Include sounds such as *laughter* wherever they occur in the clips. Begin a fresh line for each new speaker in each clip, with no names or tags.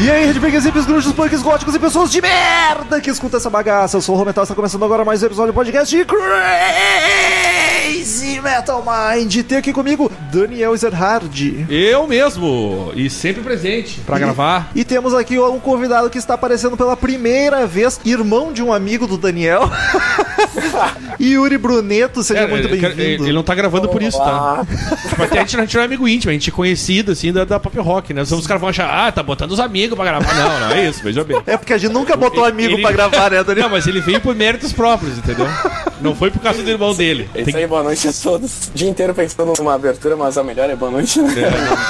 E aí, Redbangers, hippies, grunges, punks, góticos e pessoas de merda que escuta essa bagaça. Eu sou o Rometal, está começando agora mais um episódio do podcast de Crazy Metal Mind. Tem aqui comigo Daniel Ezerhard.
Eu mesmo, e sempre presente pra gravar.
E temos aqui um convidado que está aparecendo pela primeira vez, irmão de um amigo do Daniel. *laughs* Yuri Bruneto, seja
É,
muito
ele- Ele,
bem-vindo.
ele não tá gravando por isso,
Ah,
tá? Tipo, até a gente, não- a gente não é amigo íntimo, a gente é conhecido, assim, da, da Pop Rock, né? Senão Os caras vão achar, ah, tá botando os amigos pra gravar. Não, não é isso, veja bem.
É porque a gente nunca botou amigo
ele-
pra gravar,
*laughs*
né, Daniel?
Não, mas ele veio por méritos próprios, entendeu? Não foi por causa do irmão dele.
É
Tem
isso
que-
aí, boa noite a todos. O dia inteiro pensando numa abertura, mas a melhor é boa noite, né?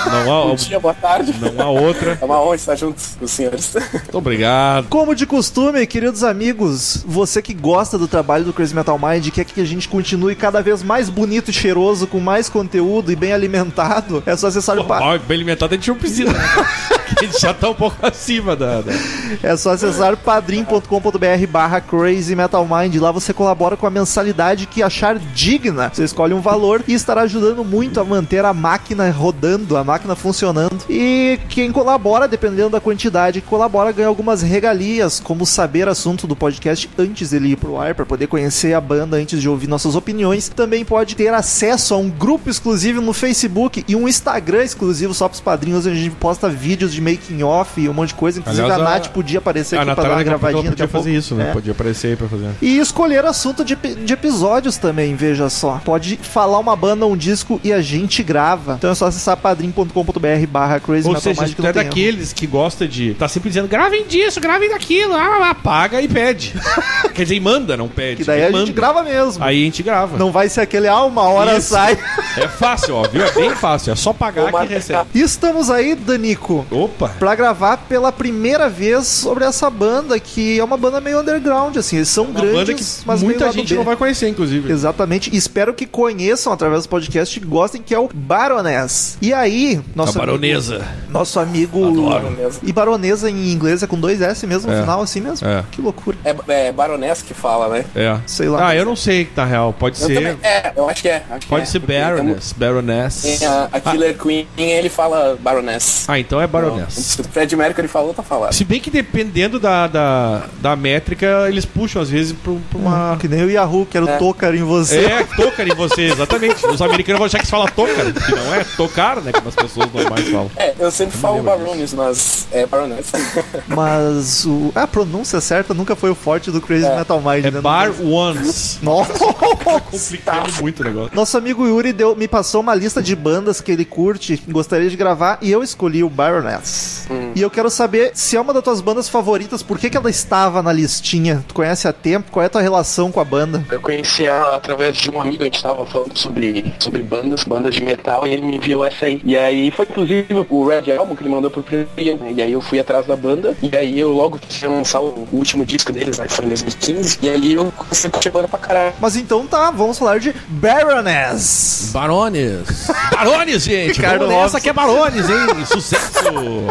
Não há,
Bom dia, boa tarde.
não há outra.
É uma honra estar juntos com os senhores.
Muito obrigado.
Como de costume, queridos amigos, você que gosta do trabalho do Crazy Metal Mind, quer que a gente continue cada vez mais bonito e cheiroso, com mais conteúdo e bem alimentado, é só acessar o, pa-
Mal, bem alimentado, a gente não precisa. né? A gente já tá um pouco acima da. da-
é só acessar padrim.com.br barra Crazy Metal Mind. Lá você colabora com a mensalidade que achar digna. Você escolhe um valor e estará ajudando muito a manter a máquina rodando, a máquina funcionando. E quem colabora, dependendo da quantidade que colabora, ganha algumas regalias, como saber assunto do podcast antes dele ir pro ar, para poder conhecer a banda antes de ouvir nossas opiniões. Também pode ter acesso a um grupo exclusivo no Facebook e um Instagram exclusivo só pros padrinhos, onde a gente posta vídeos de making off e um monte de coisa. Inclusive
Aliás,
a
a-
Nath podia aparecer
A
aqui pra dar uma
Ah, Natália daqui a pouco ela
gravadinha daqui
podia
a pouco.
fazer isso, né?
É.
Podia aparecer aí pra fazer.
E escolher assunto de, epi- de episódios também, veja só. Pode falar uma banda, um disco e a gente grava. Então é só acessar padrim.com.br barra Crazy
Ou
Metal
seja,
Mind,
se
tá que um
tu é
não tem erro.
daqueles que gosta de. Tá sempre dizendo, gravem disso, gravem daquilo, ah, lá, paga e pede. Quer dizer, manda, não pede.
Que daí a
manda.
gente grava mesmo.
Aí a gente grava.
Não vai ser aquele, ah, uma hora
Ah. Isso.
sai.
É fácil, ó, viu? É bem fácil. É só pagar
Uma-
que recebe.
E Estamos aí, Danico.
Opa!
Pra gravar pela primeira vez sobre essa banda, que é uma banda meio underground, assim. Eles são
Uma
grandes,
banda que
mas meio
muita
lado
gente
B.
não vai conhecer, inclusive.
Exatamente. Espero que conheçam através do podcast e gostem, que é o Baroness. E aí, nosso
a baronesa.
Amigo, nosso amigo.
Adoro.
E baronesa em inglês é com dois S mesmo no
É.
final, assim mesmo?
É.
Que loucura.
É, é Baroness que fala, né?
É.
Sei lá.
Ah, eu não sei, na real. Pode
Eu
ser.
também. É, eu acho que é. acho que
Pode
é,
ser
porque tem muito-
Baroness. Baroness.
É,
Tem a, a Killer Queen, ele fala Baroness.
Ah, então é Baroness.
Se o Fred Mercury falou, tá falado.
Se bem que dependendo da, da, da métrica, eles puxam às vezes pra, um, pra uma.
Ah, Que nem o Yahoo, que era o
É.
Tocar em você.
É, tocar em você, exatamente. Os americanos vão achar que se fala tocar, que não é tocar, né? Como as pessoas normais falam.
É, eu sempre falo Barones, mas é Baroness.
Mas o- a pronúncia certa nunca foi o forte do Crazy
É.
Metal Mind,
É
né?
bar ones.
Nossa!
Complicando muito o negócio.
Nosso amigo Yuri deu- me passou uma lista de bandas que ele curte, que gostaria de gravar, e eu escolhi o Baroness.
Hum.
E eu quero saber se é uma das tuas bandas favoritas, por que, que ela estava na listinha? Tu conhece há tempo? Qual é a tua relação com a banda?
Eu conheci ela através de um amigo, a gente tava falando sobre, sobre bandas, bandas de metal, e ele me enviou essa aí. E aí foi inclusive o Red Album que ele mandou pro primeiro, né? E aí eu fui atrás da banda, e aí eu logo quis lançar o último disco deles, aí foi em 2015, e aí eu comecei a curtir a banda pra caralho.
Mas então tá, vamos falar de Baroness.
Barones. Barones, gente.
Ricardo
Vamos nessa
Robson.
que é Barones, hein? Sucesso.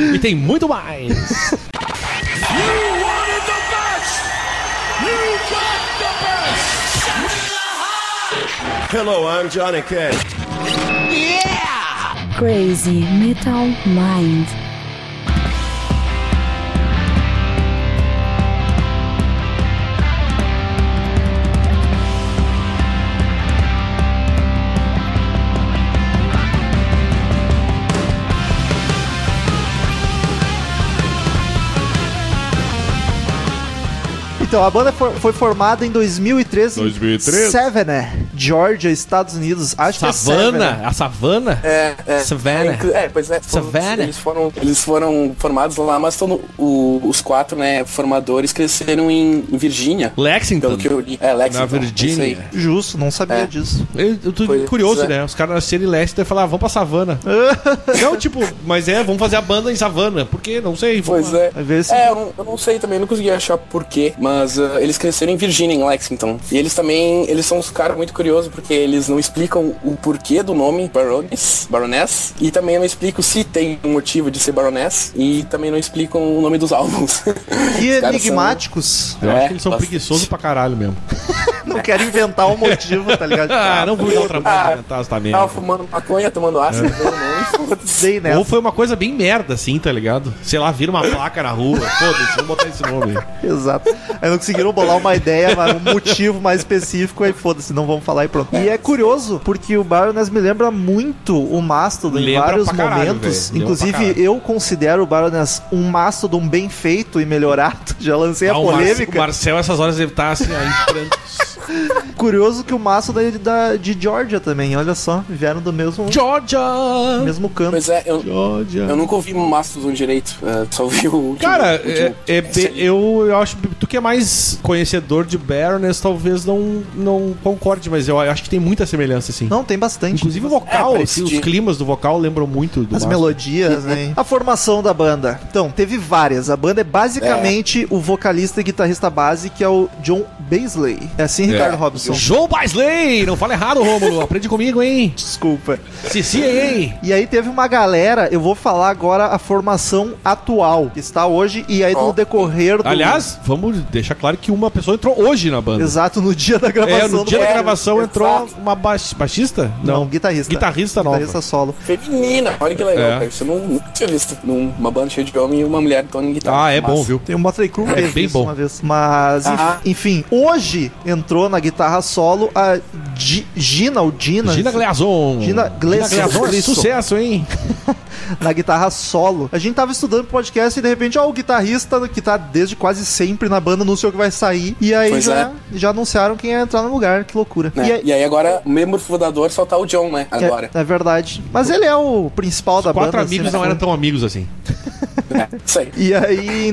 e tem muito
*laughs*
mais.
Hello, I'm Johnny Cash.
Crazy Metal Mind.
Então, a banda for- foi formada em 2013 em
2013.
Savannah, né? Georgia, Estados Unidos. Acho que é Savannah.
Savana. A savana?
É, é.
Savannah.
É, pois é. foram-
Savannah.
Eles foram, eles foram formados lá, mas todo, o- os quatro, né, formadores cresceram em, em Virgínia.
Lexington.
Pelo que eu li. É, Lex.
Na Virgínia.
Justo, não sabia
É.
disso.
Eu, eu tô
Pois
curioso,
é.
né? Os caras nasceram em Leicester e falaram, ah, vamos pra
*laughs*
savana. não, tipo, mas é, vamos fazer a banda em savana. Por quê? Não sei. vamos
Pois
lá.
é.
Vai ver se-
É, eu não, eu não sei também, não consegui achar porquê, mas ah, eles cresceram em Virgínia, em Lexington. E eles também, eles são uns caras muito curiosos, porque eles não explicam o porquê do nome Baroness, Baroness, e também não explicam se tem um motivo de ser Baroness, e também não explicam o nome dos álbuns. *laughs*
E
Os caras são-
enigmáticos.
Eu
É,
acho que eles são
bastante.
preguiçosos pra caralho mesmo.
Não quero inventar um motivo, tá ligado?
*laughs* Ah, não vou dar o trabalho de
*laughs* Ah,
inventar essa merda.
Tava fumando maconha, tomando um ácido,
É.
não, foda-se.
Dei nessa.
Ou foi uma coisa bem merda, assim, tá ligado? Sei lá, vira uma placa na rua. Foda-se, vamos botar esse nome.
Exato. Aí não conseguiram bolar uma ideia, mas um motivo mais específico, aí foda-se, não vamos falar e pronto. E é curioso, porque o Baroness me lembra muito o Mastodon em
Lembra
vários
pra caralho,
momentos.
velho. Lembra pra
Inclusive,
caralho.
eu considero o Baroness um Mastodon bem feito e melhorado. *laughs* Já lancei
Ah,
a
o Mar-
polêmica.
O Marcel, essas horas, deve estar assim, ó, em prantos.
Curioso que o Mastodon é de- da, de Georgia também, olha só. Vieram do mesmo,
Georgia!
mesmo canto.
Pois é, eu,
Georgia.
eu nunca ouvi Mastodon direito, eh, só ouvi o último.
Cara,
o último.
é- é bem- eu, eu acho tu que é mais conhecedor de Baroness, talvez não, não concorde, mas eu acho que tem muita semelhança, assim.
Não, tem bastante.
Inclusive o vocal,
É, parece
assim, os
de-
climas do vocal lembram muito do
As
Mastodon.
melodias, né? A formação da banda. Então, teve várias. A banda é basicamente o vocalista e guitarrista base, que é o John Baisley. É assim, Ricardo Robson.
Joe Bisley! Não fala errado, Rômulo. Aprende comigo, hein?
Desculpa.
Cici, hein?
E aí teve uma galera, eu vou falar agora a formação atual, que está hoje, e aí no
Ó.
decorrer do...
Aliás, vamos deixar claro que uma pessoa entrou hoje na banda.
Exato, no dia da gravação.
É, no
do
dia da
programa.
gravação
Exato.
entrou uma ba- baixista?
Não, guitarrista.
Guitarrista nova.
Guitarrista solo.
Feminina, olha que legal,
É.
cara. Isso eu não, nunca tinha visto. Num- Uma banda cheia de homem e uma mulher tocando guitarra.
Ah, é
Massa.
bom, viu?
Tem um Motley Crue
É,
teve
bem
isso
bom.
uma vez. Mas,
Ah.
enfim, hoje entrou na guitarra solo a Gi- Gina, ou Dina.
Gina Gleason.
Gina Gleason.
é
Gleason. Tá
sucesso, hein?
na guitarra solo. A gente tava estudando pro podcast e de repente, ó, o guitarrista que tá desde quase sempre na banda anunciou que vai sair. E aí
Pois
já, já anunciaram quem ia entrar no lugar, que loucura.
Né?
E
E,
aí-
aí, agora, o membro fundador só tá o John, né? Agora.
É, é verdade. Mas ele é o principal da banda.
Quatro amigos
assim,
não
né?
eram tão amigos assim.
É, Isso aí.
E aí, em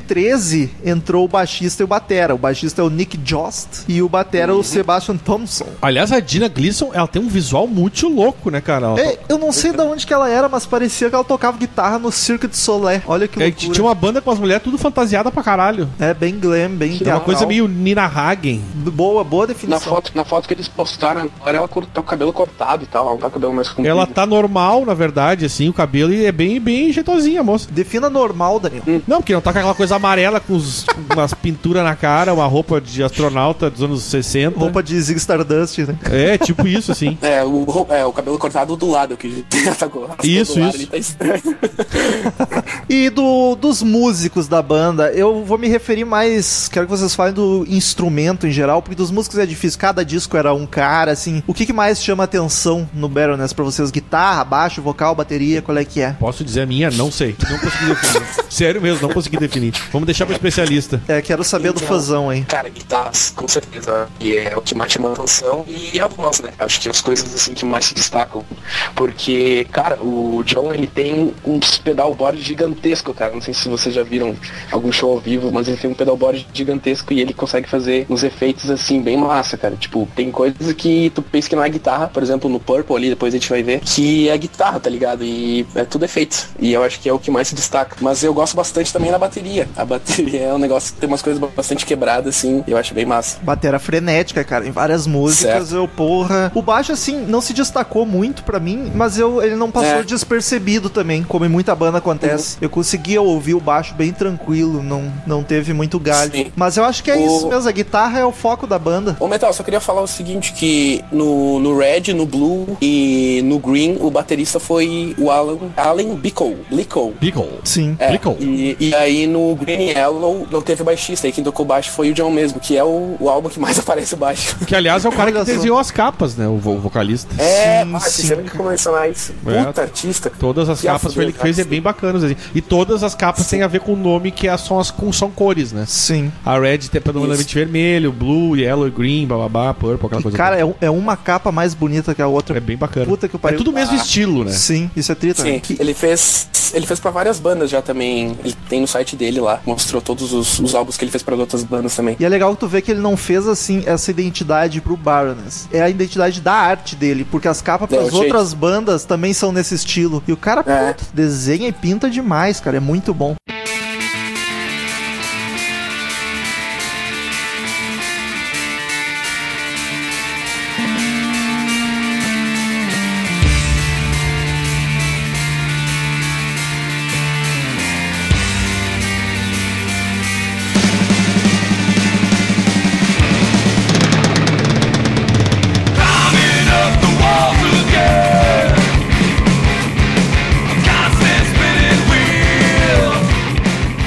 2013, entrou o baixista e o batera. O baixista é o Nick Jost e o batera é
Uhum.
o Sebastian Thompson.
Aliás, a Dina Gleason, ela tem um visual muito louco, né, cara? Ela
É, eu não sei de onde que ela era, mas parecia que ela tocava guitarra no Cirque de Soleil. Olha que
É, t- tinha
loucura.
uma banda com as mulheres tudo fantasiada pra caralho.
É bem glam, bem
É uma
teatral.
coisa meio Nina Hagen.
Boa, boa
Na
definição.
foto, na foto que eles postaram agora, ela cor- tá com o cabelo cortado e tal. Ela não tá com o cabelo mais comprido.
Ela tá normal, na verdade, assim, o cabelo e é bem, bem jeitosinha, a moça.
Defina normal, Daniel.
Não, porque não tá com aquela coisa amarela com, os, com umas pinturas na cara, uma roupa de astronauta dos anos 60.
Roupa de Zig Stardust, né?
É, tipo isso, assim.
É o, ro- é, o cabelo cortado do lado que *laughs* essa cor-
Isso,
do lado,
isso.
ele Tá estranho.
E do, dos músicos da banda, eu vou me referir mais. Quero que vocês falem do instrumento em geral, porque dos músicos é difícil. Cada disco era um cara, assim. O que, que mais chama atenção no Baroness pra vocês? Guitarra, baixo, vocal, bateria? Qual é que é?
Posso dizer a minha? Não sei. Não consegui definir. Sério mesmo, não consegui definir. Vamos deixar pro especialista.
É, quero saber do
Então,
fazão, hein?
Cara, guitarras, com certeza. E é o que mais chama atenção. E a voz, né? Acho que as coisas assim que mais se destacam. Porque, cara, o John ele tem um pedalboard gigantesco, cara. Não sei se vocês já viram algum show ao vivo, mas ele tem um pedalboard gigantesco e ele consegue fazer uns efeitos assim, bem massa, cara. Tipo, tem coisas que tu pensa que não é guitarra, por exemplo, no Purple ali, depois a gente vai ver, que é guitarra, tá ligado? E é tudo efeito. E eu acho que é o que mais se destaca. Mas eu gosto bastante também da bateria. A *laughs* bateria é um negócio que tem umas coisas bastante quebradas, assim, e eu acho bem massa.
Batera frenética, cara, em várias músicas, eu, porra. O baixo, assim, não se destacou muito pra mim, mas eu, ele não passou
É. Uhum.
despercebido também, como em muita banda acontece. Eu conseguia ouvir o baixo bem tranquilo, não, não teve muito galho.
Sim.
Mas eu acho que é
O-
isso mesmo, a guitarra é o foco da banda.
Ô Metal, só queria falar o seguinte, que no, no Red, no Blue e no Green, o baterista foi o Alan, Alan Bickle. Lickle.
Pickle.
Sim.
É,
Bickle.
e, e aí no Green and Yellow não teve baixista, e quem tocou baixo foi o John mesmo, que é o, o álbum que mais *laughs* aparece baixo.
Que, aliás, é o cara
Olha
que
só.
desenhou as capas, né? O vo- vocalista.
É,
Sim,
ah,
sim,
sempre que mencionar isso.
É.
Puta artista.
Todas as
Que
capas foi ele que fez, é
afrodisíaco.
bem bacana. Assim. E todas as capas têm a ver com o nome, que é- são, as, com- são cores, né?
Sim.
A red tem predominantemente vermelho, blue, yellow, green, bababá, purple, aquela coisa.
Cara, é, um- é uma capa mais bonita que a outra.
toda. é bem bacana.
Puta que
é
pariu. Ah.
tudo o mesmo estilo, né?
Sim, isso é trita.
Sim,
Que-
ele fez. Ele fez pra várias bandas já também. Ele tem no site dele lá. Mostrou todos os, os álbuns que ele fez pra outras bandas também.
E é legal que tu vê que ele não fez assim essa identidade pro Baroness. É a identidade da arte dele, porque as capas
É,
pras
o jeito.
outras bandas também são nesse estilo. E o cara,
É.
puta, desenha e pinta demais, cara. É muito bom.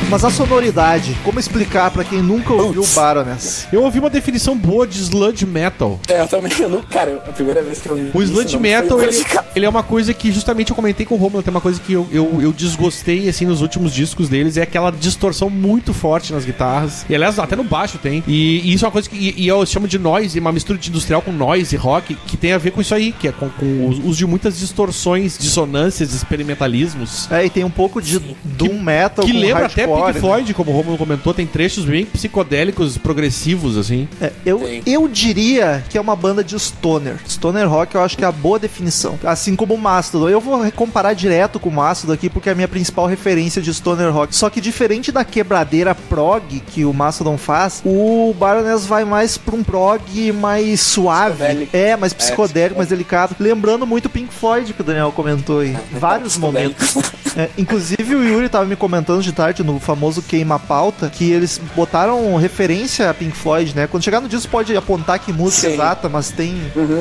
Mas a sonoridade, como explicar pra quem nunca ouviu o Baroness?
Eu ouvi uma definição boa de sludge metal.
*laughs* É, eu também, eu não, cara, a primeira vez que eu vi.
O
isso,
sludge
não
metal,
foi
ele,
praticado.
ele é uma coisa que justamente eu comentei com o Romulo, tem uma coisa que eu, eu, eu desgostei, assim, nos últimos discos deles, é aquela distorção muito forte nas guitarras. E, aliás, até no baixo tem. E, e isso é uma coisa que e, e eu chamo de noise, uma mistura de industrial com noise e rock, que tem a ver com isso aí, que é com, com o uso de muitas distorções, dissonâncias, experimentalismos.
É, e tem um pouco de doom metal
Que
com
lembra até
hardcore,
Pink
né?
Floyd, como o Romulo comentou, tem trechos bem psicodélicos, progressivos, assim.
É, eu, eu diria que é uma banda de stoner. Stoner rock eu acho que é a boa definição. Assim como o Mastodon. Eu vou comparar direto com o Mastodon aqui porque é a minha principal referência de stoner rock. Só que diferente da quebradeira prog que o Mastodon faz, o Baroness vai mais pra um prog mais suave.
Psicodélico.
É, mais psicodélico, mais delicado. Lembrando muito Pink Floyd que o Daniel comentou aí. Vários momentos. É, inclusive o Yuri tava me comentando de tarde no famoso Queima Pauta que eles botaram referência a Pink Floyd, né? Quando chegar no disco pode apontar que música
Sim. Uhum.
exata, mas tem.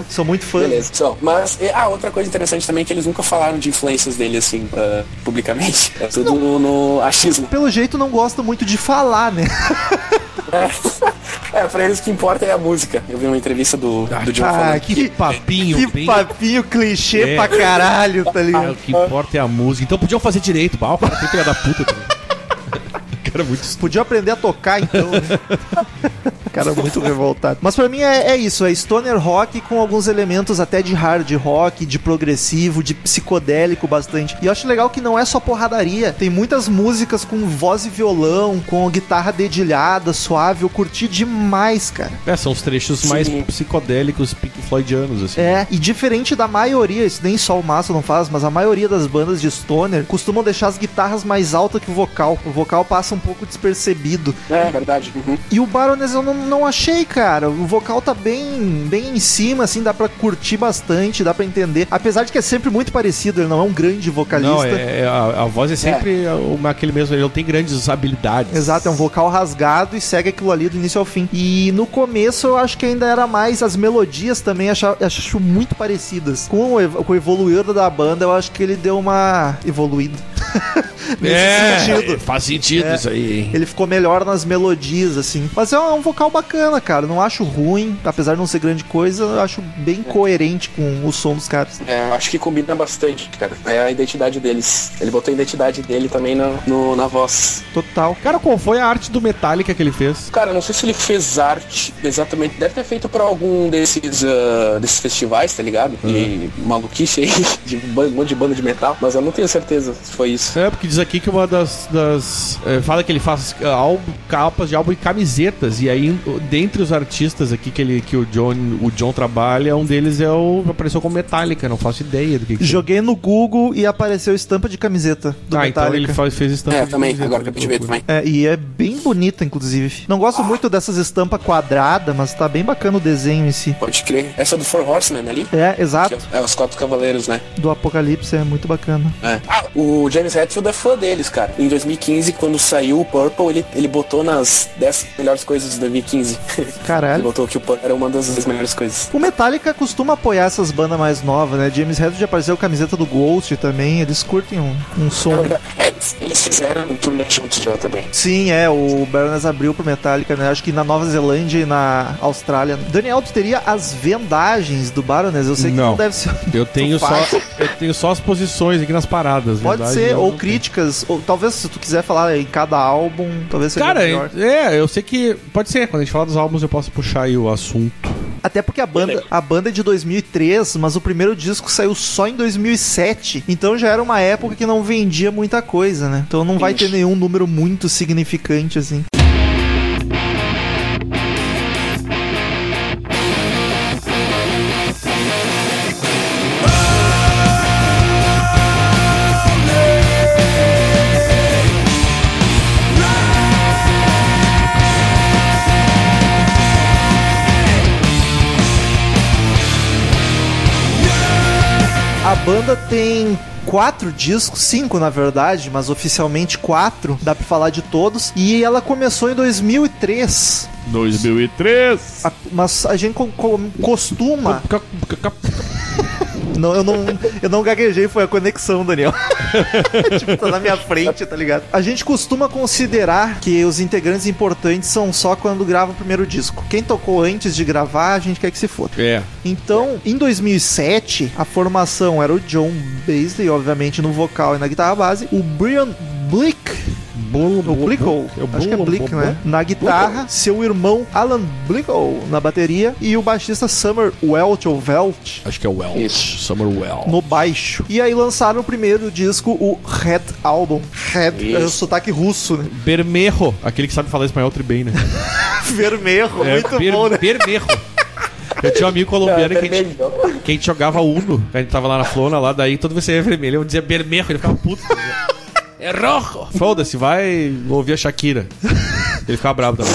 Sou muito fã.
*laughs* Beleza, pessoal. Mas, e- ah, outra coisa interessante também é que eles nunca falaram de influências dele, assim, ah, publicamente. É tudo no, no achismo.
Pelo jeito não gosto muito de falar, né?
É, pra eles o que importa é a música. Eu vi uma entrevista do, do John
*laughs* Ah,
falando
que
papinho,
Que
bem-
papinho clichê
É.
pra caralho, tá
É,
ligado?
o que importa é a música. Então podiam fazer direito, pau. Cara, tem filha da puta também. *laughs* Cara, é muito estúpido.
Podia aprender a tocar, então. né? *laughs* Cara, muito revoltado. Mas pra mim é, é isso, é stoner rock com alguns elementos até de hard rock, de progressivo, de psicodélico bastante. E eu acho legal que não é só porradaria. Tem muitas músicas com voz e violão, com guitarra dedilhada, suave. Eu curti demais, cara.
É, são os trechos mais psicodélicos, Pink Floydianos, assim.
É, e diferente da maioria, isso nem só o Massa não faz, mas a maioria das bandas de stoner costumam deixar as guitarras mais altas que o vocal. O vocal passa um pouco despercebido.
É, verdade. Uhum.
E o Baroness eu não, não achei, cara. O vocal tá bem, bem em cima, assim, dá pra curtir bastante, dá pra entender. Apesar de que é sempre muito parecido, ele não é um grande vocalista.
Não, é, é- a, a voz é sempre uma- aquele mesmo. Ele não tem grandes habilidades.
Exato, é um vocal rasgado e segue aquilo ali do início ao fim. E no começo eu acho que ainda era mais as melodias também, acho, acho muito parecidas. Com o, ev- com o evoluir da banda, eu acho que ele deu uma evoluída. Nesse
É,
sentido.
é, faz sentido isso aí, hein?
Ele ficou melhor nas melodias, assim. Mas é um, é um vocal bacana, cara. Não acho ruim, apesar de não ser grande coisa, eu acho bem coerente com o som dos caras.
É, eu acho que combina bastante, cara. É a identidade deles. Ele botou a identidade dele também na, no- na voz.
Total.
Cara, qual foi a arte do Metallica que ele fez?
Cara, não sei se ele fez arte exatamente. Deve ter feito pra algum desses, ah, desses festivais, tá ligado? De maluquice aí, *laughs* de ban- um monte de banda de metal. Mas eu não tenho certeza se foi isso.
É, porque diz aqui que uma das. das, é, fala que ele faz é, álbum, capas de álbum e camisetas. E aí, o- dentre os artistas aqui que, ele, que o, John, o John trabalha, um deles é o. apareceu como Metallica, não faço ideia do que. que
Joguei no Google e apareceu estampa de camiseta do
Ah, então
Metallica.
ele faz, fez estampa.
É,
de
também.
camiseta,
Agora
né?
que eu pedi ver
Procura.
também.
É, e é bem bonita, inclusive. Não gosto muito dessas estampas quadradas, mas tá bem bacana o desenho em si.
Pode crer. Essa é do Four Horsemen ali?
É,
Que
exato.
é- É, os quatro cavaleiros, né?
Do Apocalipse é muito bacana.
É. Ah, o James Hetfield é fã deles, cara. Em 2015, quando saiu o Purple, ele, ele botou nas 10 melhores coisas de 2015. *laughs* ele
Caralho.
botou que o Purple era uma das 10 melhores coisas.
O Metallica costuma apoiar essas bandas mais novas, né? James Hetfield apareceu camiseta do Ghost também. Eles curtem um, um som.
Eles- É, Eles fizeram um turnê juntos já também.
Sim, é, o Baroness abriu pro Metallica, né? Acho que na Nova Zelândia e na Austrália. Daniel, tu teria as vendagens do Baroness? Eu sei que
Não.
não deve ser.
Eu tenho,
Tu
só, *laughs* eu tenho só as posições aqui nas paradas.
Pode
verdade, né?
ser,
eu
ou
não tenho.
críticas, ou talvez se tu quiser falar em cada álbum, talvez seja
Cara,
melhor.
é, eu sei que. Pode ser, quando a gente falar dos álbuns eu posso puxar aí o assunto.
Até porque a banda, a banda é de 2003, mas o primeiro disco saiu só em 2007. Então já era uma época que não vendia muita coisa, né? Então não vai ter nenhum número muito significante assim. A banda tem quatro discos, cinco na verdade, mas oficialmente quatro, dá pra falar de todos. E ela começou em 2003.
2003!
A- mas a gente co- co- costuma Não, eu, não, eu não gaguejei, foi a conexão, *laughs* Daniel. tipo, tá na minha frente, tá ligado? A gente costuma considerar que os integrantes importantes são só quando grava o primeiro disco. Quem tocou antes de gravar, a gente quer que se foda.
É.
Então, em 2007, a formação era o John Basley, obviamente, no vocal e na guitarra base. O Brian Blick
Bolo,
o Blickow, acho que é Blick, né? Na guitarra, seu irmão Alan Blickow na bateria e o baixista Summer Welch ou Welch
Acho que é o Welch.
Isso.
Summer Welch.
no baixo. E aí lançaram o primeiro disco, o Red Album. Red é o
Isso.
sotaque russo, né? *laughs*
Bermejo. Aquele que sabe falar espanhol tri bem, né?
Vermelho,
É,
muito
ber-
bom, né? *laughs*
Bermejo. Eu tinha um amigo colombiano que a gente, que a gente jogava Uno. A gente tava lá na Flona, lá, daí todo mundo ia vermelho. Eu dizia Bermejo, ele ficava puto. é rojo. Foda-se, vai ouvir a Shakira. Ele ficava bravo também.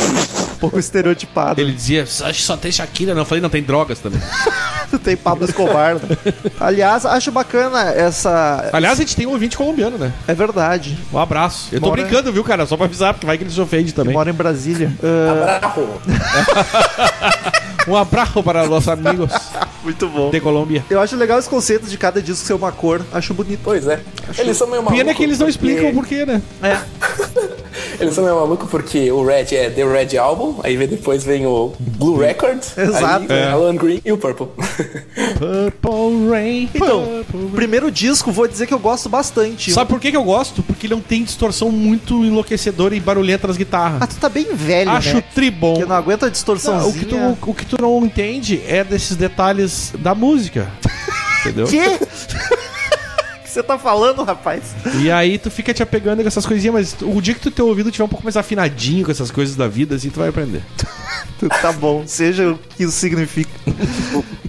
Um pouco estereotipado.
Ele dizia, acho que só tem Shakira. Não, eu falei, não, tem drogas também.
*laughs* Tem Pablo Escobar. né? Aliás, acho bacana essa.
Aliás, a gente tem um ouvinte colombiano, né?
É verdade.
Um abraço. Eu tô
Mora-
brincando, viu, cara? Só pra avisar, porque vai que ele se ofende também.
Mora em Brasília. Ah,
Um abraço para nossos amigos
muito bom.
de Colômbia.
Eu acho legal os conceitos de cada disco ser uma cor. Acho bonito.
Pois é. Eles são meio malucos.
Pena que eles não
porque-
explicam o porquê, né?
Eles são meio malucos porque o Red é The Red Album, aí vem- depois vem o Blue
*laughs*
Record,
Exato.
aí
É.
Alan Green e o Purple. *laughs*
Purple Rain.
Então, primeiro disco, vou dizer que eu gosto bastante.
Sabe por que, que eu gosto? Porque ele não tem distorção muito enlouquecedora e barulhenta nas
Ah,
guitarras.
tu tá bem velho,
Acho
né?
tribom.
Que não aguenta a
Não, o,
distorçãozinha.
que *laughs* tu, o que tu não entende é desses detalhes
*laughs*
da música. Entendeu?
Quê? O que você tá falando, rapaz?
E aí tu fica te apegando com essas coisinhas, mas o dia que tu teu ouvido tiver um pouco mais afinadinho com essas coisas da vida, assim, tu vai aprender.
Tá bom, seja o que isso significa.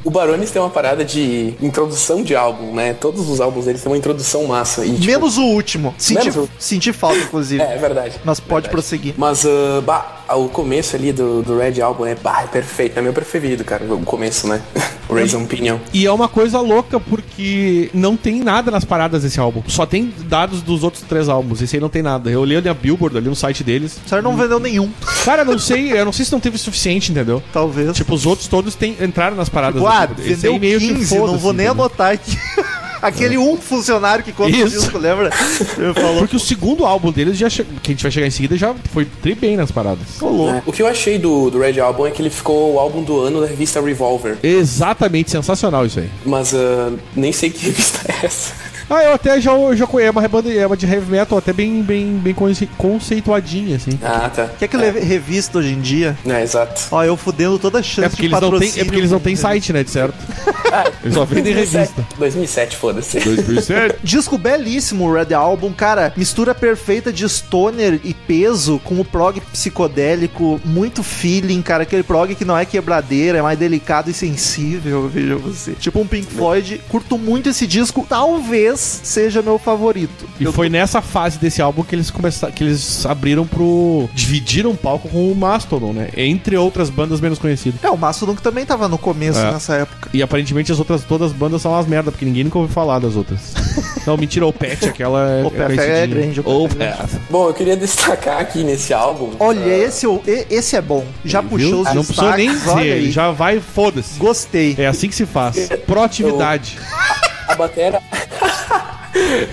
O Barones tem uma parada de introdução de álbum, né? Todos os álbuns deles têm uma introdução massa. E, tipo,
Menos o último. Senti,
Menos o-
senti falta, inclusive.
É, é verdade.
Mas pode
Verdade.
prosseguir.
Mas, ah, bah, o começo ali do, do Red Album é, bah, é perfeito. É meu preferido, cara, o começo, né? *laughs* Raise Opinion.
E é uma coisa louca porque não tem nada nas paradas desse álbum. Só tem dados dos outros três álbuns. Esse aí não tem nada. Eu olhei ali a Billboard, ali no site deles.
O senhor não vendeu nenhum,
Cara, não sei, eu não sei se não teve o suficiente, entendeu?
talvez.
Tipo, os outros todos tem, entraram nas paradas.
Tipo, ah,
do Billboard. Esse aí
vendeu
meio que
15, não
foda-se,
vou nem
entendeu? É.
anotar aqui. *laughs* Aquele um funcionário que conta o
Isso.
disco, lembra? Ele falou.
*laughs* Porque o segundo álbum deles, já che- que a gente vai chegar em seguida, já foi tri bem nas paradas.
Ô, louco.
O que eu achei do, do Red Album é que ele ficou o álbum do ano da revista Revolver.
Exatamente, sensacional isso aí.
Mas ah, nem sei que *laughs* revista é essa.
Ah, eu até já, já conheço é uma banda é uma de heavy metal, até bem, bem, bem conce- conceituadinha, assim.
Ah, tá.
O que é que le- revista hoje em dia?
É, exato.
Ó, eu fudendo toda a chance
É porque,
de
eles não têm, é
patrocínio.
porque eles não têm site, né, de certo? Eles só vendem revista.
2007, foda-se.
Disco belíssimo, o Red Album, cara. Mistura perfeita de stoner e peso com o prog psicodélico, muito feeling, cara. Aquele prog que não é quebradeira, é mais delicado e sensível, *laughs* veja você. Tipo um Pink Floyd. Curto muito esse disco, talvez seja meu favorito.
E
Eu-
foi nessa fase desse álbum que eles começaram, que eles abriram pro dividiram o palco com o Mastodon, né? Entre outras bandas menos conhecidas.
É, o Mastodon que também tava no começo
É.
nessa época.
E aparentemente as outras todas as bandas são umas merda, porque ninguém nunca ouviu falar das *laughs* outras. Não, mentira, o Pet, aquela é
O Pet é
conhecidinha.
grande, o Pet
O
é grande.
Pet.
Bom, eu queria *laughs* destacar aqui nesse álbum.
Olha,
ah,
esse, eu- e- esse é bom. Já
Viu? Ah,
puxou os
Não precisou nem
destaques, olha
dizer,
aí.
ele já vai, foda-se.
Gostei.
É assim que
*laughs*
se faz. Proatividade.
A batera. *laughs*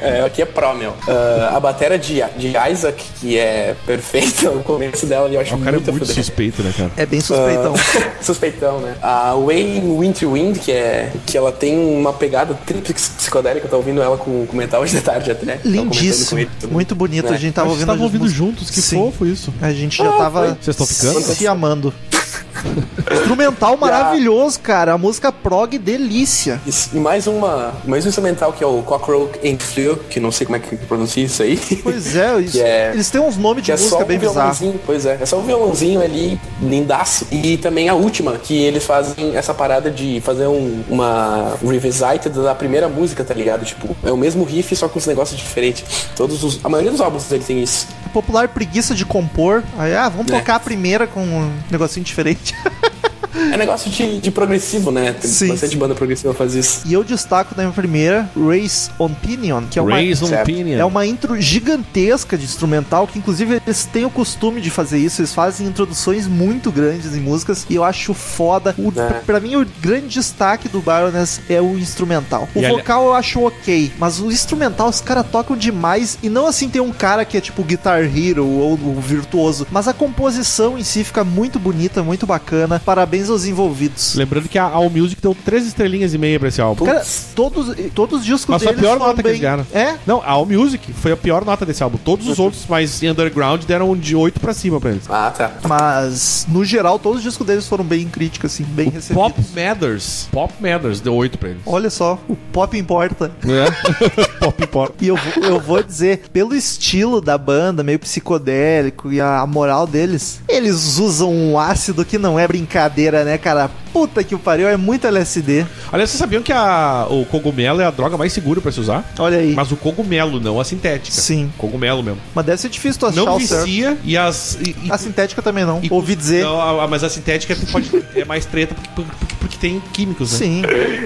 É, aqui é pró, meu. Ah, a batera de, de Isaac, que é perfeita, *laughs* o começo dela eu acho
O cara é
muito,
muito
fudeu.
suspeito, né, cara?
É bem suspeitão.
Ah, *laughs* Suspeitão, né? A Way in Winter Wind, que é. que ela tem uma pegada tríplice psicodélica, eu tô ouvindo ela com, com metal hoje de tarde até. Tava comentando com
Lindíssimo.
ele também.
Muito bonito. A gente tava
Vocês
ouvindo.
estavam
as
ouvindo Ah,
músicas.
juntos, que
Sim.
fofo isso.
A gente já tava
Vocês tão ficando?
se amando.
*laughs*
Instrumental maravilhoso, cara. A música prog delícia.
Isso, E mais uma. Mais um instrumental que é o Cockroach and Flew, que não sei como é que pronuncia
*laughs*
isso aí.
Pois é, isso-
Que é-
eles têm uns nomes de
Que é só
música
um
bem bizarros.
violãozinho, pois é. É só um violãozinho ali, lindaço. E também a última, que eles fazem essa parada de fazer um- uma revisite da primeira música, tá ligado? Tipo, é o mesmo riff, só com uns negócios diferentes. Todos os. A maioria dos álbuns dele tem isso.
Popular preguiça de compor. Aí, ah, vamos
É.
tocar a primeira com um negocinho diferente. *laughs*
É negócio de, de progressivo, né? Tem
Sim.
bastante banda progressiva faz isso.
E eu destaco na minha primeira Race Opinion, que é uma,
Raise
certo.
opinion.
é uma intro gigantesca de instrumental, que inclusive eles têm o costume de fazer isso, eles fazem introduções muito grandes em músicas, e eu acho foda. O,
É.
Pra mim, o grande destaque do Baroness é o instrumental. O
E ali-
vocal eu acho ok, mas o instrumental os caras tocam demais, e não assim tem um cara que é tipo Guitar Hero ou o virtuoso, mas a composição em si fica muito bonita, muito bacana. Parabéns aos envolvidos.
Lembrando que a All Music deu três estrelinhas e meia pra esse álbum.
Cara,
Putz.
todos, todos os discos
Mas foi a
deles
pior
falam
nota que
bem.
eles ganharam.
É?
Não, a All Music foi a pior nota desse álbum. Todos os outros mais underground deram de 8 pra cima pra eles.
Ah, tá.
Mas, no geral, todos os discos deles foram bem críticos, assim, bem recebidos.
Pop Matters. Pop Matters deu 8 pra eles.
Olha só, o pop importa.
É.
*laughs*
Pop Pop.
E eu, vou- eu vou dizer, pelo estilo da banda, meio psicodélico e a, a moral deles, eles usam um ácido que não é brincadeira, né, cara? Puta que o pariu, é muito LSD.
Aliás, vocês sabiam que a- o cogumelo é a droga mais segura pra se usar?
Olha aí.
Mas o cogumelo, não a sintética.
Sim.
Cogumelo mesmo.
Mas deve ser difícil tu achar
Não
o certo.
vicia e as. e- e-
A sintética também não.
e-
Ouvi dizer.
Não, né? a- a- mas a sintética tu pode, é mais treta porque, porque- porque tem químicos, né?
Sim.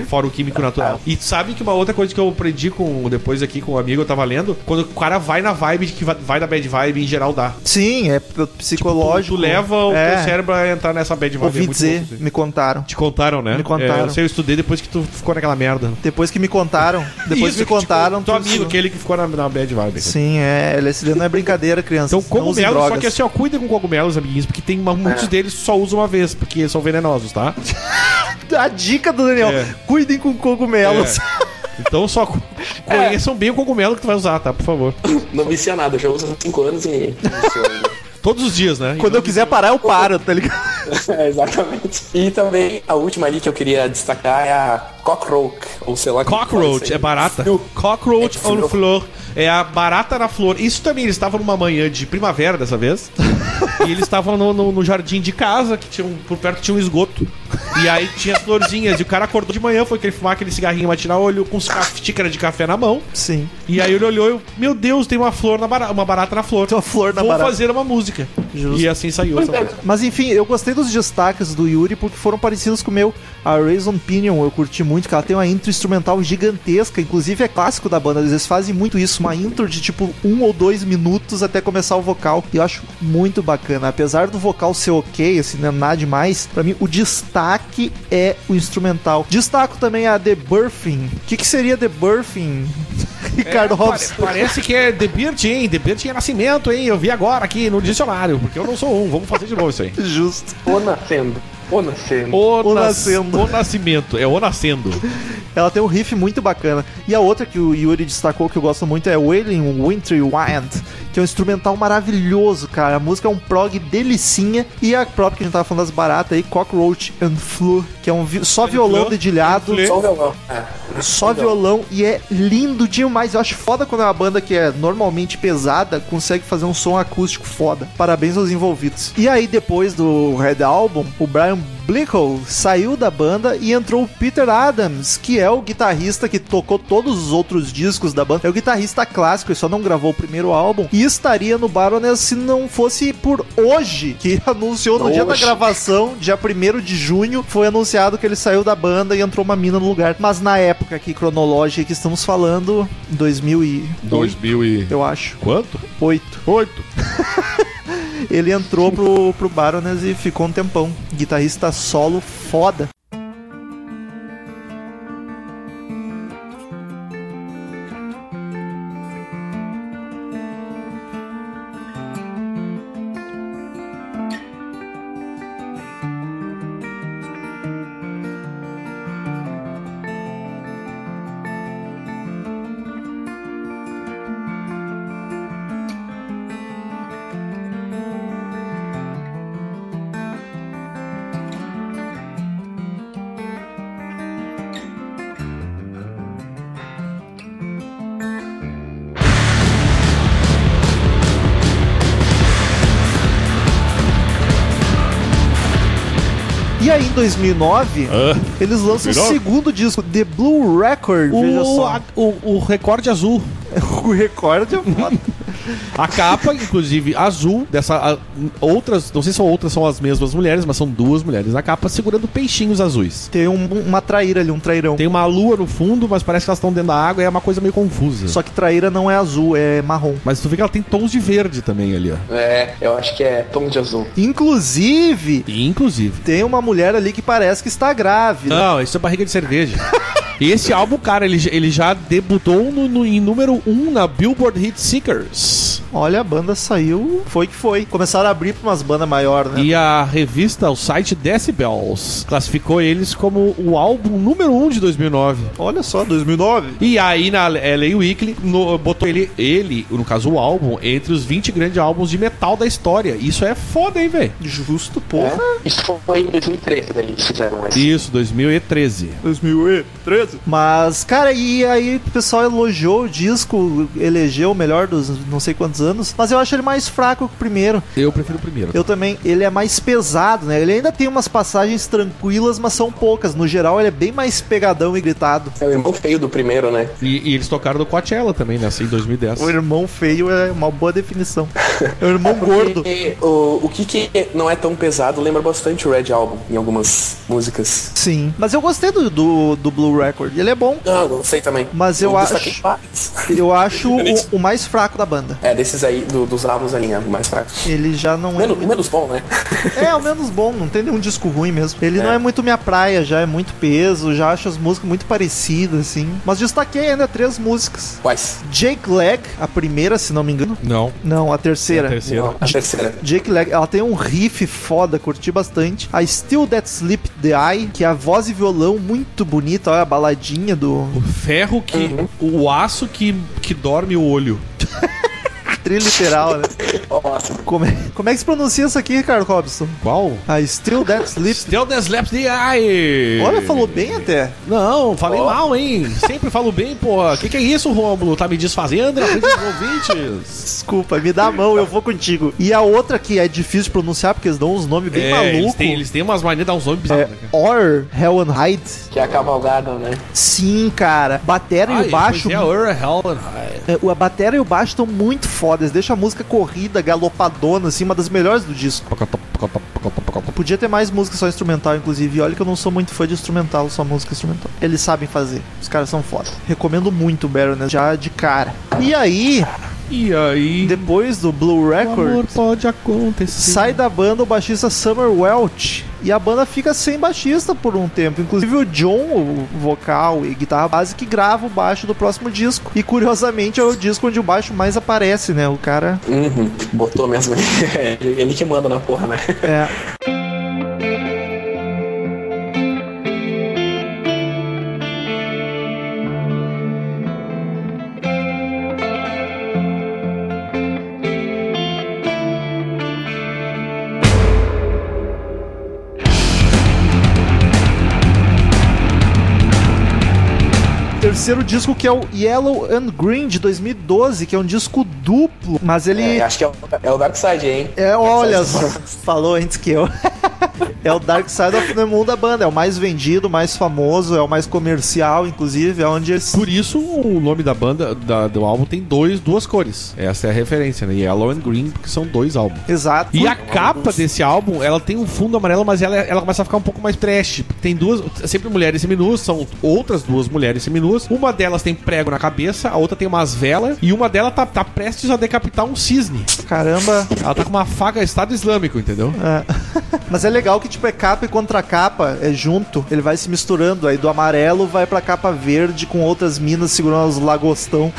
Fora o químico natural. E sabe que uma outra coisa que eu aprendi com, depois aqui com um amigo, eu tava lendo, quando o cara vai na vibe de que va- vai na bad vibe, em geral dá.
Sim, é p-
Lógico.
psicológico.
Tipo, Tu leva o
é.
teu cérebro a entrar nessa bad vibe. é
Ouvi
muito
dizer,
louco isso aí.
me contaram.
Te contaram, né?
Me contaram.
É, eu sei, eu estudei depois que tu ficou naquela merda.
Depois que me
*laughs*
contaram, depois
Isso,
me
que, tipo,
contaram.
Teu
tu-
amigo, aquele que ficou na, na bad vibe.
Sim, é. LSD não é brincadeira, criança.
Então,
não usem
cogumelos, só
drogas. É.
que assim, ó, cuida com cogumelos, amiguinhos, porque tem uma- muitos deles só usam uma vez, porque são venenosos,
*laughs*
tá?
A dica do Daniel:
É.
cuidem com cogumelos.
Então, só co-
É.
conheçam bem o cogumelo que tu vai usar, tá? Por favor.
Não vicia nada, eu já uso há 5 anos e. *laughs* vicio ainda.
Todos os dias, né?
Quando eu quiser parar, eu paro, tá ligado?
é, exatamente. E também a última ali que eu queria destacar é a Cockroach, ou sei lá. como fala
Cockroach
isso aí.
é barata.
Frio.
Cockroach
É
on
frio.
flor. É a barata na flor. Isso também, eles estavam numa manhã de primavera
*laughs*
dessa vez. e eles estavam no, no- no jardim de casa, que tinha um, por perto tinha um esgoto. E aí tinha as florzinhas. e o cara acordou de manhã, foi querer fumar aquele cigarrinho matinal, olhou com ca- xícara de café na mão.
Sim.
E aí ele olhou e, meu Deus, tem uma flor na barata, uma barata na flor.
Tem uma flor na
Vou
barata.
fazer uma música.
Justo.
E assim saiu
*laughs*
essa
É,
música.
Mas enfim, eu gostei dos destaques do Yuri porque foram parecidos com o meu. A Raison Pinion eu curti muito, que ela tem uma intro instrumental gigantesca, inclusive é clássico da banda. Eles fazem muito isso, uma intro de tipo um ou dois minutos até começar o vocal. E eu acho muito bacana. Apesar do vocal ser ok, assim, não é nada demais, pra mim o destaque é o instrumental. Destaco também a The Birthing. O que, que seria The Birthing? *laughs* Ricardo Hobbs.
*laughs* Pare- Parece que é The Beard, hein? The Beard é nascimento, hein? Eu vi agora aqui no dicionário, porque eu não sou um. Vamos fazer de novo isso aí.
Justo.
Ou nascendo. Ou nascendo.
O,
O
nas-
nascendo.
o nascimento. É o nascendo.
Ela tem um riff muito bacana. E a outra que o Yuri destacou que eu gosto muito é Wailing Wintry Wind, que é um instrumental maravilhoso, cara. A música é um prog delicinha. E a própria que a gente tava falando das baratas aí, Cockroach and Flu, que é um vi- só violão
Flu,
dedilhado,
and Flu.
Só o violão. É.
só violão, e é lindo demais. Eu acho foda quando é uma banda que é normalmente pesada consegue fazer um som acústico foda. Parabéns aos envolvidos. E aí, depois do Red Album, o Brian Blickel saiu da banda e entrou o Peter Adams, que é o guitarrista que tocou todos os outros discos da banda. É o guitarrista clássico e só não gravou o primeiro álbum. E estaria no Baroness se não fosse por hoje, que *laughs* anunciou no dia da
Hoje.
gravação, dia 1 de junho, foi anunciado que ele saiu da banda e entrou uma mina no lugar. Mas na época aqui cronológica que estamos falando, 2000 e
2000 e...
eu acho,
Quanto?
8.
Oito.
*laughs* Ele entrou pro, pro Baroness e ficou um tempão. Guitarrista solo foda. E aí em 2009,
Ah.
eles lançam o
virou?
segundo disco, The Blue Record. veja
O,
só.
a- o, o recorde azul.
*laughs* O recorde é foda.
A capa, inclusive, azul, dessa. a- outras, não sei se são outras, são as mesmas mulheres, mas são duas mulheres na capa segurando peixinhos azuis.
Tem um- uma traíra ali, um trairão.
Tem uma lua no fundo, mas parece que elas estão dentro da água e é uma coisa meio confusa.
Só que traíra não é azul, é marrom.
Mas tu vê que ela tem tons de verde também ali, ó.
É, eu acho que é tom de azul.
Inclusive,
Inclusive.
tem uma mulher ali que parece que está grávida.
Não, isso é barriga de cerveja. *laughs* E esse álbum, cara, ele, ele já debutou no, no- em número 1 um na Billboard Hit Seekers.
Olha, a banda saiu, foi que foi. Começaram a abrir pra umas bandas maiores, né?
E a revista, o site Decibels, classificou eles como o álbum número 1 um de 2009.
Olha só, 2009.
E aí na LA Weekly no- botou ele, ele, no caso o álbum, entre os 20 grandes álbuns de metal da história. Isso é foda, hein, velho?
Justo, porra.
É? Isso foi em 2013, daí eles fizeram essa.
Isso, 2013.
2013. Mas, cara, e aí o pessoal elogiou o disco, elegeu o melhor dos não sei quantos anos, mas eu acho ele mais fraco que o primeiro.
Eu prefiro o primeiro.
Eu também, ele é mais pesado, né? Ele ainda tem umas passagens tranquilas, mas são poucas. No geral, ele é bem mais pegadão e gritado.
É o irmão feio do primeiro, né?
E, e eles tocaram no Coachella também, nessa, em 2010.
O irmão feio é uma boa definição. É o *laughs* irmão gordo.
E o, o que, que não é tão pesado lembra bastante o Red Album em algumas músicas.
Sim. Mas eu gostei do, do, do Blue Record. Ele é bom.
Ah, eu sei também.
Mas eu
destaquei
acho-
vários.
Eu acho o, o mais fraco da banda.
É, desses aí, do- dos álbuns ali, é o mais fraco.
Ele já não é.
Menos, menos bom, né? *laughs*
É, o menos bom, não tem nenhum disco ruim mesmo. Ele não é muito minha praia, já é muito peso, já acho as músicas muito parecidas, assim. Mas destaquei ainda três músicas.
Quais?
Jake Lag, a primeira, se não me engano.
Não.
Não, a terceira.
A terceira.
Não, a terceira.
Jake Lag, ela tem um riff foda, curti bastante. A Still That Sleep The Eye, que é a voz e violão muito bonita, olha a baladinha do
O ferro que.
Uhum.
O aço que, que dorme o olho.
triliteral, né?
Nossa,
Como é, como é que se pronuncia isso aqui, Ricardo Robson?
Qual?
A Still That Sleep.
Still the Slaps the Eye!
Olha, falou bem até.
Não, falei mal, hein? Sempre falo bem, porra. Que que é isso, Rômulo? Tá me desfazendo na frente dos ouvintes? *laughs*
Desculpa, me dá a mão, eu vou contigo. E a outra que é difícil de pronunciar, porque eles dão uns nomes bem
é, Eles
malucos.
têm, eles têm umas manias de dar uns nomes bizarros,
É,
né, cara?
Or Hell and Hyde.
que é a cavalgada, né?
Sim, cara. Batera
Ah,
e o baixo.
pois É, Ur Helen High.
é, o- A batera e o baixo estão muito fodas. Deixa a música corrida, galopadona, assim, uma das melhores do disco. Podia ter mais música só instrumental, inclusive. E olha que eu não sou muito fã de instrumental, só música instrumental. Eles sabem fazer. Os caras são foda. Recomendo muito o Baroness, já de cara. E aí,
E aí,
depois do Blue
o
Record.
amor pode acontecer.
Sai da banda o baixista Summer Welch e a banda fica sem baixista por um tempo. Inclusive o John, o vocal e guitarra base, que grava o baixo do próximo disco. E curiosamente é o disco onde o baixo mais aparece, né? O cara.
Uhum. Botou mesmo. *laughs* ele ele que manda na porra, né?
É. Terceiro disco que é o Yellow and Green de 2012, que é um disco duplo, mas ele
É, acho que é o, é o Dark Side, hein?
é, olha,
só.
falou antes que eu. *laughs* É o Dark Side of the Moon da banda, é o mais vendido, o mais famoso, é o mais comercial, inclusive, é onde eles...
Por isso o nome da banda, da- do álbum, tem dois, duas cores. Essa é a referência, né? Yellow and Green, porque são dois álbuns.
Exato.
E a capa desse álbum, ela tem um fundo amarelo, mas ela, ela começa a ficar um pouco mais trash. Tem duas, sempre mulheres seminuas, são outras duas mulheres seminuas. Uma delas tem prego na cabeça, a outra tem umas velas, e uma delas tá, tá prestes a decapitar um cisne.
Caramba.
Ela tá com uma faca Estado Islâmico, entendeu?
É. *laughs* Mas é legal que, tipo, é capa e contracapa, é junto, ele vai se misturando, aí do amarelo vai pra capa verde com outras minas segurando os lagostão.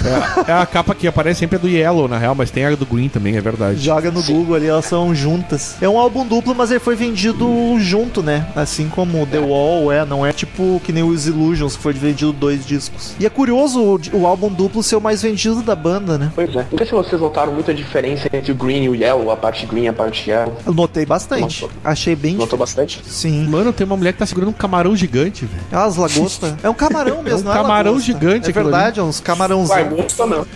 É a capa que aparece sempre é do Yellow, na real, mas tem a do Green também, é verdade.
Joga no Google ali, elas são juntas. É um álbum duplo, mas ele foi vendido junto, né? Assim como The Wall é, não é tipo que nem os Illusions, que foi vendido dois discos. E é curioso o, o álbum duplo ser o mais vendido da banda, né?
Pois é. Não sei se vocês notaram muita diferença entre o Green e o Yellow, a parte Green e a parte Yellow.
Eu notei bastante.
Nossa.
achei bem.
Notou bastante?
Sim.
Mano, tem uma mulher que tá segurando um camarão gigante, velho.
É umas
*laughs*
lagostas. É um camarão mesmo,
um
não
camarão
lagosta.
gigante
É
aquilo ali.
verdade, é uns
Vai,
camarãozinhos.
gosto não.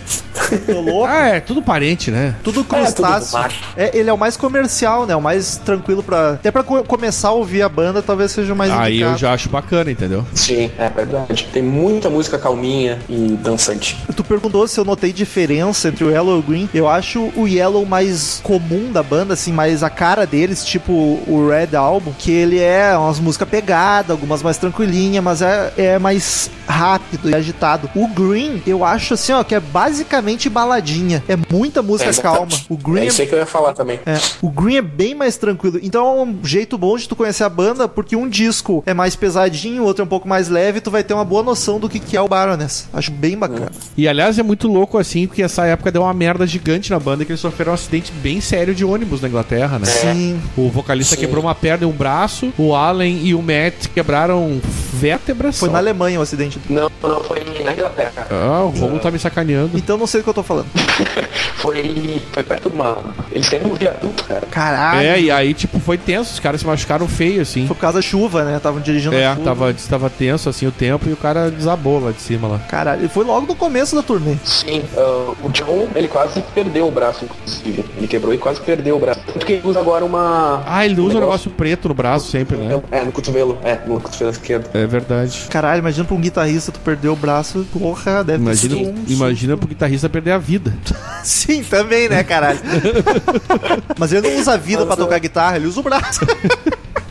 Ah, é tudo parente, né?
*laughs* Tudo
É, tudo
crustáceo.
macho.
É, ele é o mais comercial, né? O mais tranquilo pra. Até pra co- começar a ouvir a banda, talvez seja o mais
Aí eu
indicado.
já acho bacana, entendeu?
Sim, é verdade. Tem muita música calminha e dançante.
Tu perguntou se eu notei diferença entre o Yellow e o Green. Eu acho o Yellow mais comum da banda, assim, mais a cara deles, tipo o Red Album, que ele é umas músicas pegadas, algumas mais tranquilinhas, mas é, é mais rápido e agitado. O Green, eu acho assim, ó, que é basicamente baladinha. É muita música
É,
calma. O
é
Green
isso aí que eu ia falar também.
É, o Green é bem mais tranquilo. Então é um jeito bom de tu conhecer a banda, porque um disco é mais pesadinho, o outro é um pouco mais leve, tu vai ter uma boa noção do que, que é o Baroness. Acho bem bacana.
E aliás é muito louco assim, porque essa época deu uma merda gigante na banda que eles sofreram um acidente bem sério de ônibus na Inglaterra,
É.
né?
Sim.
O vocalista
Sim.
quebrou uma perna e um braço, o Allen e o Matt quebraram vértebras.
Foi na Alemanha o acidente.
Não, não, foi na Inglaterra.
Ah, o Romulo tá me sacaneando.
Então não sei do que eu tô falando.
Foi, foi perto de uma. Eles têm um viaduto, cara.
Caralho.
É, e aí, tipo, foi tenso, os caras se machucaram feio, assim.
Foi por causa da chuva, né? Estavam dirigindo na
É,
chuva.
tava, tava tenso, assim, o tempo, e o cara desabou lá de cima, lá.
Caralho. E foi logo no começo da turnê.
Sim.
Ah, o John, ele quase perdeu o braço, inclusive. Ele quebrou e quase perdeu o braço. Tanto que ele usa agora uma.
Ah, ele usa um
Negócio.
negócio preto no braço sempre, né?
É, no cotovelo. É, no cotovelo esquerdo.
É verdade.
Caralho, imagina pra um guitarrista tu perder o braço. Porra, deve *laughs*
Imagina,
ter sido um
imagina pro guitarrista perder a vida.
Sim, também, né,
*laughs*
caralho? Mas ele não usa a vida pra tocar guitarra, ele usa o
*laughs*
braço.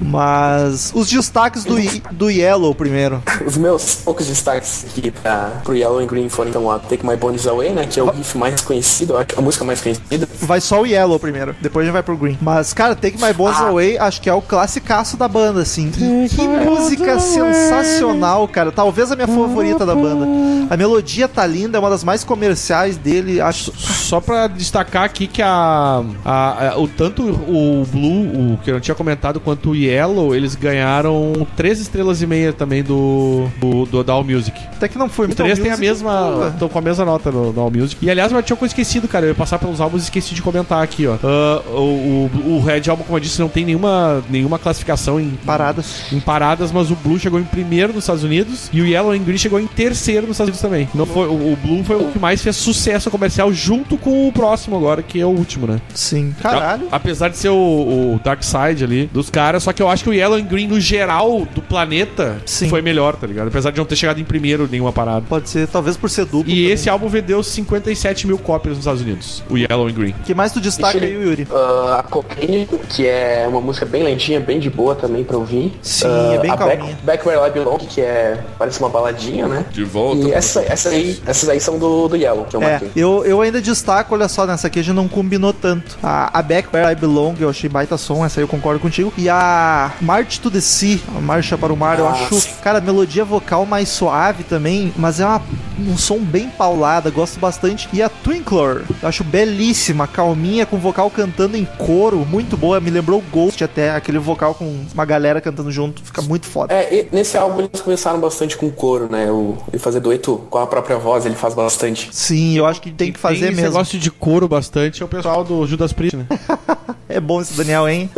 Mas os destaques do, I- do Yellow primeiro.
Os meus poucos destaques aqui pra, pro Yellow and Green foram então a Take My Bones Away, né? Que é o riff mais conhecido, eu acho, a música mais conhecida.
Vai só o Yellow primeiro, depois a gente vai pro Green. Mas, cara, Take My Bones
Ah.
Away acho que é o classicaço da banda, assim. E que música sensacional, cara. Talvez a minha favorita da banda. A melodia tá linda, é uma das mais comerciais dele. Acho
Só pra destacar aqui que a, a- a- o tanto o Blue, o que eu não tinha comentado, quanto o Yellow, eles ganharam três estrelas e meia também do do, do da All Music.
até que não foi
Os
muito
três têm a
Então, music,
mesma,
porra.
estão com a mesma nota no, no All Music. E aliás, uma tinha coisa esquecido, cara, eu ia passar pelos álbuns e esqueci de comentar aqui, ó. Ah, o, o, o Red Album, como eu disse, não tem nenhuma nenhuma classificação em
Paradas.
em paradas, mas o Blue chegou em primeiro nos Estados Unidos e o Yellow and Green chegou em terceiro nos Estados Unidos também. Não foi, o, o Blue foi o que mais fez sucesso comercial junto com o próximo agora, que é o último, né?
Sim. Caralho.
A- apesar de ser o, o Dark Side ali dos caras, só que eu acho que o Yellow and Green no geral do planeta
Sim.
foi melhor, tá ligado? Apesar de não ter chegado em primeiro em nenhuma parada.
Pode ser, talvez por ser duplo.
E
também.
esse é álbum vendeu 57 mil cópias nos Estados Unidos, o Yellow and Green.
que mais tu destaca aí, Yuri?
Ah, a Cocaine, que é uma música bem lentinha, bem de boa também pra ouvir.
Sim,
Ah,
é bem
a
calminha.
Back, Back Where I Belong, que é, parece uma baladinha, né?
De volta.
E essa, essa aí, essas aí são do, do Yellow, que eu
É,
marquei.
eu, eu ainda destaco, olha só, nessa aqui a gente não combinou tanto. A, a Back Where I Belong, eu achei baita som, essa aí eu concordo contigo. E a March to the Sea, a Marcha para o Mar, eu
Ah,
acho,
sim.
cara, melodia vocal mais suave também, mas é uma- um som bem paulada, gosto bastante. E a Twinkler, eu acho belíssima, calminha, com vocal cantando em coro, muito boa, me lembrou o Ghost até, aquele vocal com uma galera cantando junto, fica muito foda.
É, e nesse álbum eles começaram bastante com coro, né? O, ele fazer dueto com a própria voz, ele faz bastante.
Sim, eu acho que tem que fazer
esse
mesmo.
negócio de couro bastante é o pessoal do Judas Priest, né?
É bom esse Daniel, hein?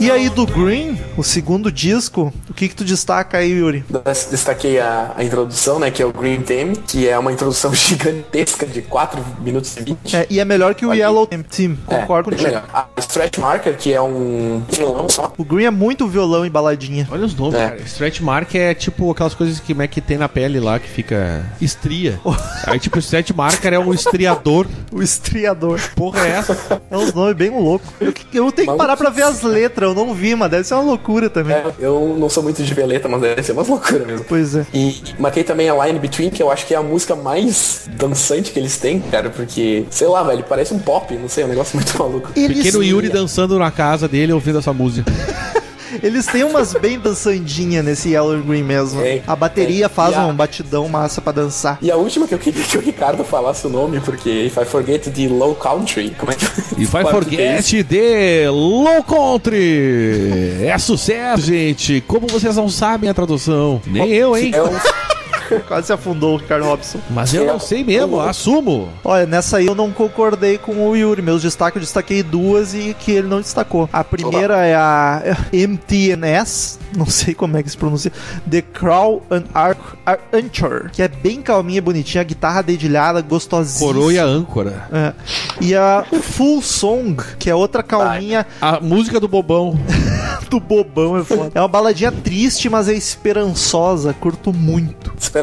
E aí do Green, o segundo disco, o que que tu destaca aí, Yuri?
Des- Destaquei a, a introdução, né? Que é o Green Theme, que é uma introdução *laughs* gigantesca de 4 minutos e 20.
É, e é melhor que o
Aqui.
Yellow Team, concordo
É,
contigo.
legal. A Stretch Marker, que é um violão só.
O Green é muito violão e baladinha.
Olha os nomes,
É.
cara. Stretch mark é tipo aquelas coisas que Mac tem na pele lá que fica estria. *laughs* Aí tipo, stretch marker é um estriador.
O estriador.
Porra, é essa?
É uns nomes bem louco. Eu, que- eu tenho que
Maluco.
parar pra ver as letras, eu não vi, mas deve ser uma loucura também.
É, eu não sou muito de veleta, mas deve ser umas loucuras mesmo.
Pois é.
E marquei também a Line Between, que eu acho que é a música mais dançante que eles têm, cara, porque, sei lá, velho, parece um pop, não sei, é um negócio *laughs* muito maluco.
Eles,
Pequeno Yuri dançando na casa dele ouvindo essa música.
Eles têm umas bem dançandinhas nesse Yellow Green mesmo.
Tem,
a bateria
tem.
faz
E a-
um batidão massa pra dançar.
E a última que eu queria que o Ricardo falasse o nome, porque If I Forget the Low Country. Como é que
E vai
Quarto desse.
forget de Low Country. É sucesso, gente. Como vocês não sabem a tradução. Nem eu, hein?
É um
Quase se afundou o Ricardo Robson.
Mas eu não sei mesmo, assumo.
Olha, nessa aí eu não concordei com o Yuri. Meus destaques, eu destaquei duas e que ele não destacou. A primeira é a *laughs* MTNS, não sei como é que se pronuncia, The Crow and Arc Ar- Anchor, que é bem calminha, bonitinha, guitarra dedilhada, gostosinha.
Coroa e a âncora.
É. E a Full Song, que é outra calminha
A música do bobão.
do bobão, é foda. É uma baladinha triste, mas é esperançosa, curto muito.
esperançosa.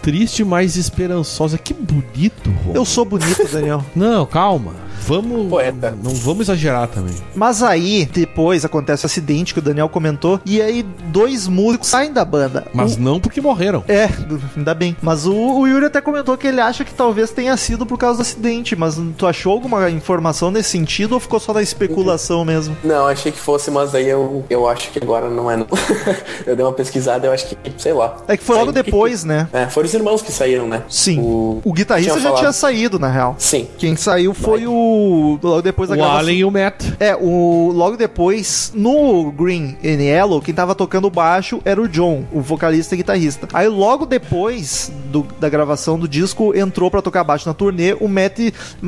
Triste, mas esperançosa. Que bonito, Rô.
Eu sou bonito, Daniel.
Não, calma. Vamos.
Poeta.
Não vamos exagerar também.
Mas aí, depois acontece o acidente que o Daniel comentou, e aí dois músicos saem da banda.
Mas
O-
não porque morreram.
É, ainda bem. Mas o, o Yuri até comentou que ele acha que talvez tenha sido por causa do acidente, mas tu achou alguma informação nesse sentido ou ficou só na especulação mesmo?
Não, achei que fosse, mas aí eu, eu acho que agora não é. não. *laughs* eu dei uma pesquisada, eu acho que, sei lá.
É que foi logo
Saiu-
depois, né?
É, foram os irmãos que saíram, né?
Sim.
O-
O, guitarrista
Tinha
já tinha
falado.
saído, na real.
Sim.
Quem saiu foi o. Logo depois da
O
gravação.
Allen e o Matt.
É, o, logo depois, no Green and Yellow, quem tava tocando baixo era o John, o vocalista e guitarrista. Aí logo depois do- da gravação do disco, entrou pra tocar baixo na turnê o Matt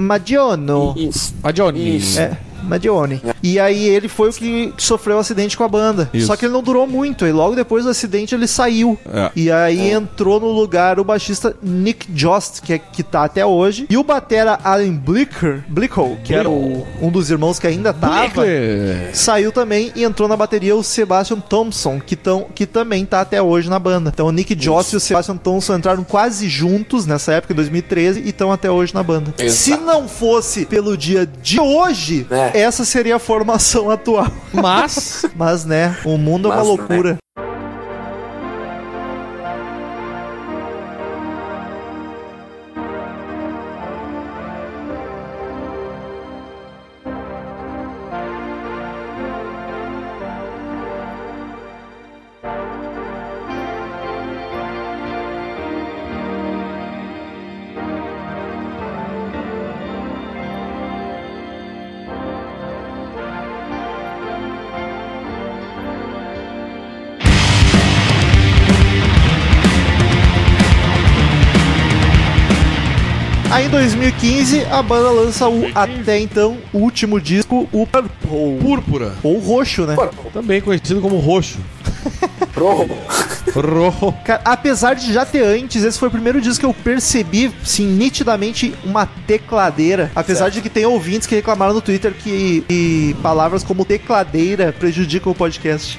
Madiono.
Isso.
A Ah, Johnny.
Isso.
É, Madione. E aí ele foi o que sofreu o acidente com a banda.
Isso.
Só que ele não durou muito, e logo depois do acidente ele saiu.
É.
E aí entrou no lugar o baixista Nick Jost, que, é, que tá até hoje, e o batera Alan Blicker, Blickel, que era o- um dos irmãos que ainda tava.
É.
Saiu também e entrou na bateria o Sebastian Thompson, que, tão, que também tá até hoje na banda. Então o Nick Joss e o Sebastian Thompson entraram quase juntos nessa época, em 2013, e estão até hoje na banda.
Exato.
Se não fosse pelo dia de hoje,
É.
essa seria a formação *laughs* atual.
Mas.
Mas né, o mundo é uma
Mas, né?
loucura. Aí em 2015, a banda lança o até então último disco, o Purple.
Púrpura.
Ou roxo, né?
Pô,
Também conhecido como roxo.
prorro.
Roxo.
Cara, apesar de já ter antes, esse foi o primeiro disco que eu percebi, sim, nitidamente uma tecladeira. Apesar de que tem ouvintes que reclamaram no Twitter que, que palavras como tecladeira prejudicam o podcast.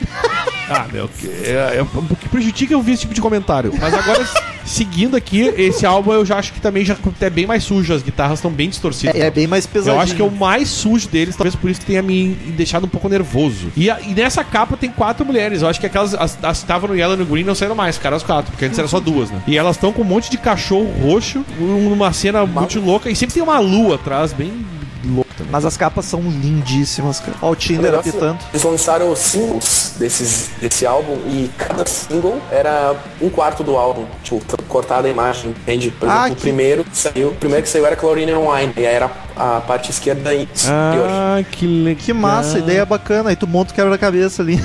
Ah, meu, que- é, é, o que prejudica é ouvir esse tipo de comentário. Mas agora, *laughs* s- seguindo aqui, esse álbum eu já acho que também já é bem mais sujo, as guitarras estão bem distorcidas.
É, é bem mais pesadinho.
Eu acho que é o mais sujo deles, talvez por isso tenha me deixado um pouco nervoso. E, a- e nessa capa tem quatro mulheres. Eu acho que aquelas as as que estavam no Yellow e no Green não saíram mais, cara, as quatro, porque antes era só duas, né? E elas estão com um monte de cachorro roxo, um- numa cena muito louca, e sempre tem uma lua atrás, bem louca também.
Mas as capas são lindíssimas, cara. Ó, o Tinder
Negócio-
apitando.
Eles lançaram os singles desses, desse álbum e cada single era um quarto do álbum. Tipo, t- cortada a imagem, entende? Por exemplo,
Ah,
o
que-
primeiro que saiu, o primeiro que saiu era Chlorine and Wine, e aí era a parte esquerda e superior.
Ah, que legal.
Que massa,
Ah.
ideia bacana. Aí tu monta o quebra-cabeça ali.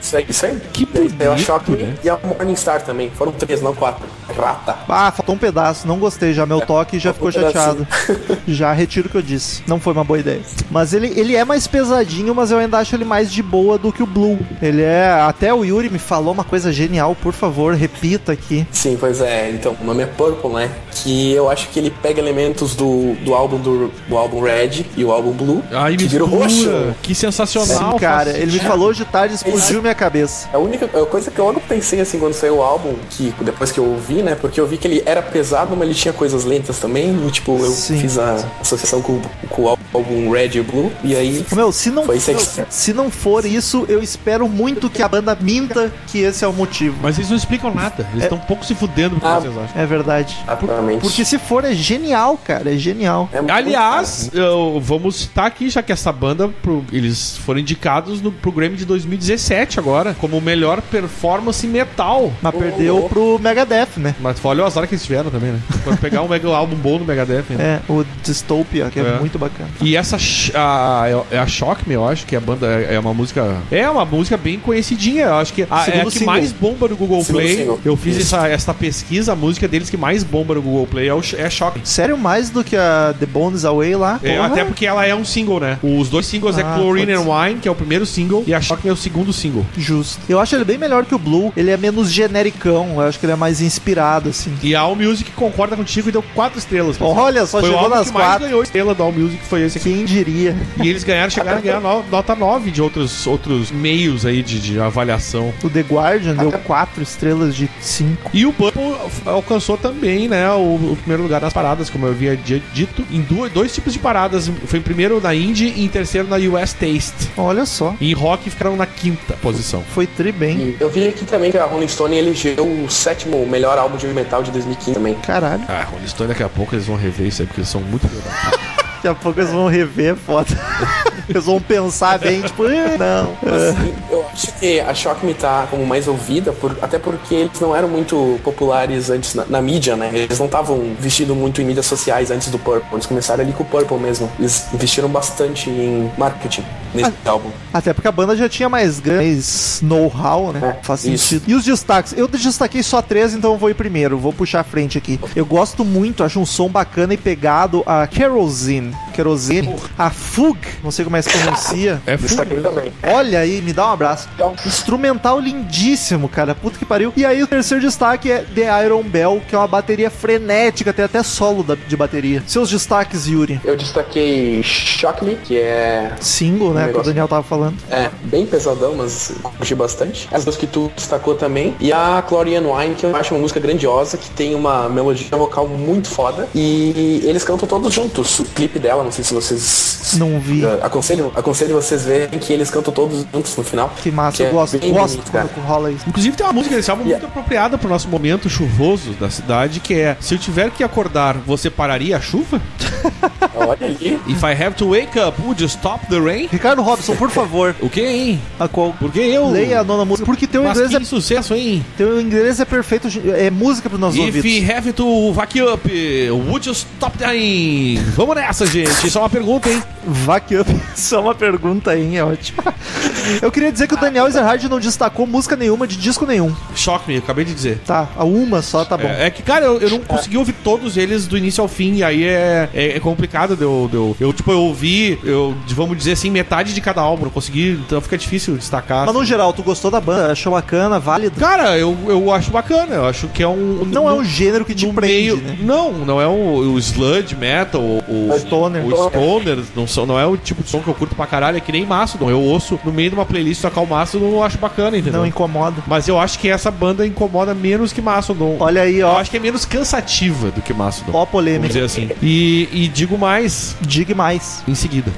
Isso aí, isso aí.
Que
Daí saiu a
bonito,
Shock
né?
e a Morningstar também. Foram três, não quatro. Rata.
Ah, faltou um pedaço, não gostei já. Meu toque já ficou
Faltou um
chateado.
*laughs*
já retiro o que eu disse. Não foi uma boa ideia. Mas ele, ele é mais pesadinho, mas eu ainda acho ele mais de boa do que o Blue. Ele é. Até o Yuri me falou uma coisa genial, por favor, repita aqui.
Sim, pois é. Então, o nome é Purple, né? Que eu acho que ele pega elementos do, do álbum do, do álbum Red e o álbum Blue,
Ai,
que vira o roxo.
Que sensacional,
Sim, cara,
faz-
ele me falou de tarde, explodiu minha cabeça.
É A única a coisa que eu logo pensei assim quando saiu o álbum, que depois que eu ouvi, né? Porque eu vi que ele era pesado, mas ele tinha coisas lentas também. E tipo, eu
Sim.
fiz a associação com, com o álbum álbum Red e Blue. E aí.
Meu, se não,
Foi isso aí que serve.
se não for isso, eu espero muito que a banda minta que esse é o motivo.
Mas eles não explicam nada. Eles estão um pouco se fudendo pro que
Ah.
vocês acham.
É verdade.
Exatamente.
Porque se for, é genial, cara. É genial.
É muito
Aliás, eu- vamos citar aqui, já que essa banda, pro- eles foram indicados no, pro Grammy de 2017 agora, como melhor performance metal.
Mas perdeu pro Megadeth, né?
Mas olha o azar que eles tiveram também, né? Pra pegar um mega álbum bom do Megadeth, né?
É, o Dystopia, que é,
É.
muito bacana.
E essa sh- a, é a Shock Me, eu acho que a banda é é uma música. É uma música bem conhecidinha. Eu acho que a, é a
Segundo
que
single.
mais bomba no Google
Segundo
Play.
single.
Eu fiz
Isso.
essa, essa pesquisa, a música deles que mais bomba no Google Play é, o, Sh- é Shock.
Sério, mais do que a The Bones Away lá?
É,
Porra.
até porque ela é um single, né? Os dois singles é
Ah,
Chlorine and
pode
Wine, que é o primeiro single, e a Shock Me é o segundo single.
Justo. Eu acho ele bem melhor que o Blue. Ele é menos genericão. Eu acho que ele é mais inspirado, assim.
E a All Music concorda contigo e deu quatro estrelas. pra essa.
Olha, só
foi o
chegou
álbum
nas
que mais
quatro.
ganhou estrela da All Music foi esse
*laughs*
aqui.
Quem diria?
E eles ganharam, chegaram a ganhar no- nota 9 de outros, outros meios aí de- de avaliação.
O The Guardian deu quatro estrelas de cinco.
E o Bumble alcançou também, né, o, o primeiro lugar nas paradas, como eu havia di- dito, em duas, dois tipos de paradas. Foi em primeiro na Indie e em terceiro na US Taste.
Olha só.
E em rock ficaram na quinta posição.
Foi tri bem.
Eu vi aqui também que a Rolling Stone elegeu o sétimo melhor álbum de metal de 2015 também.
Caralho.
Ah, Rolling Stone daqui a pouco eles vão rever isso aí, porque eles são muito melhores.
Daqui a pouco eles vão rever a foto. *laughs* eles vão pensar bem, tipo, "Eh, não.
E Eu acho que a Shock Me tá como mais ouvida, por- até porque eles não eram muito populares antes na, na mídia, né? Eles não estavam vestindo muito em mídias sociais antes do Purple. Eles começaram ali com o Purple mesmo. Eles investiram bastante em marketing nesse álbum.
Até porque a banda já tinha mais grana, mais know-how, né?
É,
Faz
isso.
sentido. E os destaques? Eu destaquei só três, então eu vou ir primeiro. Vou puxar a frente aqui. Eu gosto muito, acho um som bacana e pegado a Kerosene. Kerosene. A Fug. Não sei como é que se pronuncia.
É foda.
Destaquei também.
Olha aí, me dá um abraço.
Então,
Instrumental lindíssimo, cara. Puta que pariu. E aí o terceiro destaque é The Iron Bell, que é uma bateria frenética, tem até solo da- de bateria. Seus destaques, Yuri.
eu destaquei Shock Me, que é
Single, né? Que o Daniel tava falando.
É, bem pesadão, mas curti bastante. As duas que tu destacou também. E a Chlorian Wine, que eu acho uma música grandiosa, que tem uma melodia vocal muito foda. E eles cantam todos juntos. O clipe dela, não sei se vocês.
Não vi.
Eh, Aconselho, aconselho vocês verem que eles cantam todos juntos no final.
Que massa,
Que
eu
é
gosto.
bem
gosto
bonito,
quando rola isso.
Inclusive tem uma música desse álbum
Yeah.
muito apropriada pro nosso momento chuvoso da cidade, que é Se eu tiver que acordar, você pararia a chuva?
Olha ali.
If I have to wake up, would you stop the rain?
Ricardo Robson, por favor.
O que, hein?
*laughs* A qual...
Por que eu?
Leia a nona música. Porque teu
Mas
inglês,
que
é,
sucesso, hein?
teu inglês é perfeito, é música pros nossos
If
ouvidos.
you have to vac up, would you stop dying? Vamos nessa, gente. Isso é uma pergunta, hein?
Vac up. *laughs* Só uma pergunta aí, é ótimo. *laughs* Eu queria dizer que o Daniel Ezerhard não destacou música nenhuma de disco nenhum.
Choque me, acabei de dizer.
Tá, a uma só tá bom.
É, é que, cara, eu, eu não consegui ouvir todos eles do início ao fim, e aí é, é, é complicado de eu, de eu- eu, tipo, eu ouvi, eu, de- vamos dizer assim, metade de cada álbum, não consegui, então fica difícil destacar.
Mas é um no geral, tu gostou da banda? Achou bacana, válido?
Cara, eu, eu acho bacana, eu acho que é um...
Não é um gênero que te
no
prende,
meio-
né? É
Não, não é o, o sludge metal, o, o
Stoner.
O stoner não, são, não é o tipo de som que eu curto pra caralho, é que nem Mastodon. Eu ouço no meio de uma playlist tocar o Mastodon, eu acho bacana, entendeu?
Não incomoda.
Mas eu acho que essa banda incomoda menos que Mastodon.
Olha aí,
Eu
ó.
acho que é menos cansativa do que Mastodon.
Ó a
Vamos
polêmica.
dizer assim. E, e digo mais
Diga mais.
em seguida.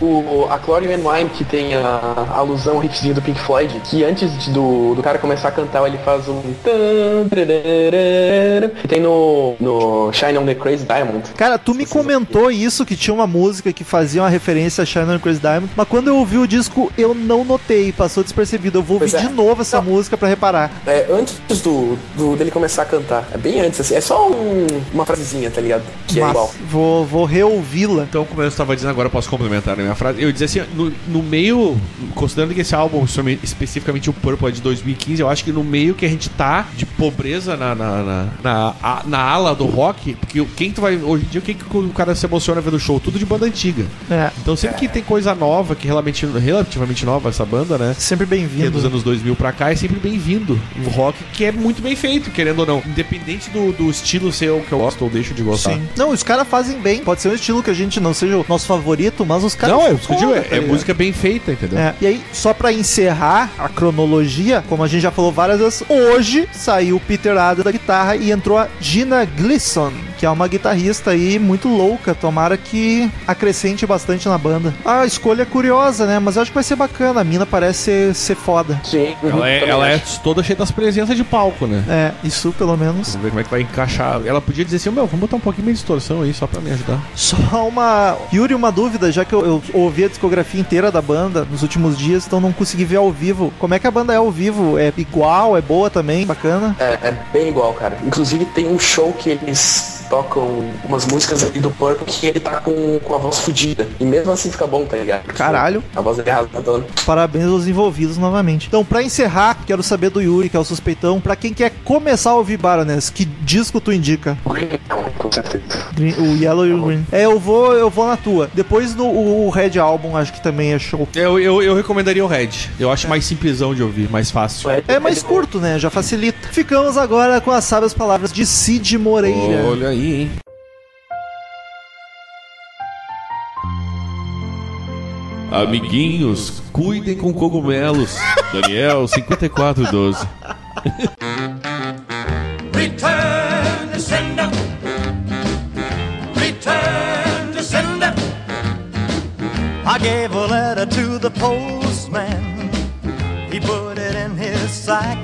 O, a Chlorian Wine, que tem a, a alusão ao riffzinho do Pink Floyd, que antes de- do, do cara começar a cantar, ele faz um... tan, tararara, Que tem no, no Shine on the Crazy Diamond.
Cara, tu me comentou isso, que tinha uma música que fazia uma referência a Shannon Crazy Diamond, mas quando eu ouvi o disco, eu não notei, passou despercebido. Eu vou ouvir
Pois é.
de novo essa música pra reparar.
É, antes do, do- dele começar a cantar. É bem antes, assim. É só um- uma frasezinha, tá ligado? Que é
Mas
igual.
vou, vou reouvi-la.
Então, como eu estava dizendo agora, eu posso complementar a minha frase. Eu ia dizer assim, no, no meio, considerando que esse álbum, espe- especificamente o Purple é de 2015, eu acho que no meio que a gente tá de pobreza na, na, na, na, a- na ala do rock, porque o- quem tu vai. Hoje em dia, quem que o cara se emociona vendo show? Tudo de banda antiga.
É,
Então sempre que tem coisa nova, que realmente, relativamente nova essa banda, né?
sempre
que é dos
bem-vindo.
anos 2000 pra cá, é sempre bem-vindo. Um rock que é muito bem feito, querendo ou não. Independente do, do estilo ser o que eu gosto ou deixo de gostar.
Sim. Não, os caras fazem bem. Pode ser um estilo que a gente não seja o nosso favorito, mas os caras.
não,
são
é, o que eu digo,
foda,
é,
tá
é
ligado?
música bem feita, entendeu?
É, E aí, só pra encerrar a cronologia, como a gente já falou várias vezes, hoje saiu o Peter Adler da guitarra e entrou a Gina Gleason, que é uma guitarrista aí muito louca. Tomara que acrescente bastante na banda. A escolha é curiosa, né? Mas eu acho que vai ser bacana. A mina parece ser, ser foda.
Sim.
Uhum.
Ela é,
também
ela é
acho.
toda cheia das presenças de palco, né?
É, isso pelo menos. *laughs*
Vamos ver como é que vai encaixar. Ela podia dizer assim, meu, vamos botar um pouquinho de distorção aí só pra me ajudar.
Só uma. Yuri, uma dúvida, já que eu, eu ouvi a discografia inteira da banda nos últimos dias, então não consegui ver ao vivo. Como é que a banda é ao vivo? É igual? É boa também? Bacana?
É, é bem igual, cara. Inclusive tem um show que eles tocam umas músicas ali do Purple que ele tá com, com a voz fodida. E mesmo assim fica bom, tá ligado?
Caralho.
A voz dele é arrasadona.
Parabéns aos envolvidos novamente. Então, pra encerrar, quero saber do Yuri, que é o suspeitão, pra quem quer começar a ouvir Baroness, que disco tu indica?
Green, não, com certeza.
Green- o Yellow e o Green. É, eu vou, eu vou na tua. Depois no o Red Album, acho que também é show.
Eu, eu, eu recomendaria o Red. Eu acho mais simplesão de ouvir, mais fácil.
É mais curto, né? Já facilita. Ficamos agora com as sábias palavras de Cid Moreira.
Olha aí, hein? Amiguinhos, cuidem com *laughs* cogumelos. Daniel 5412.
Return to sender. Return to sender. I gave a letter to the postman. He put it in his sack.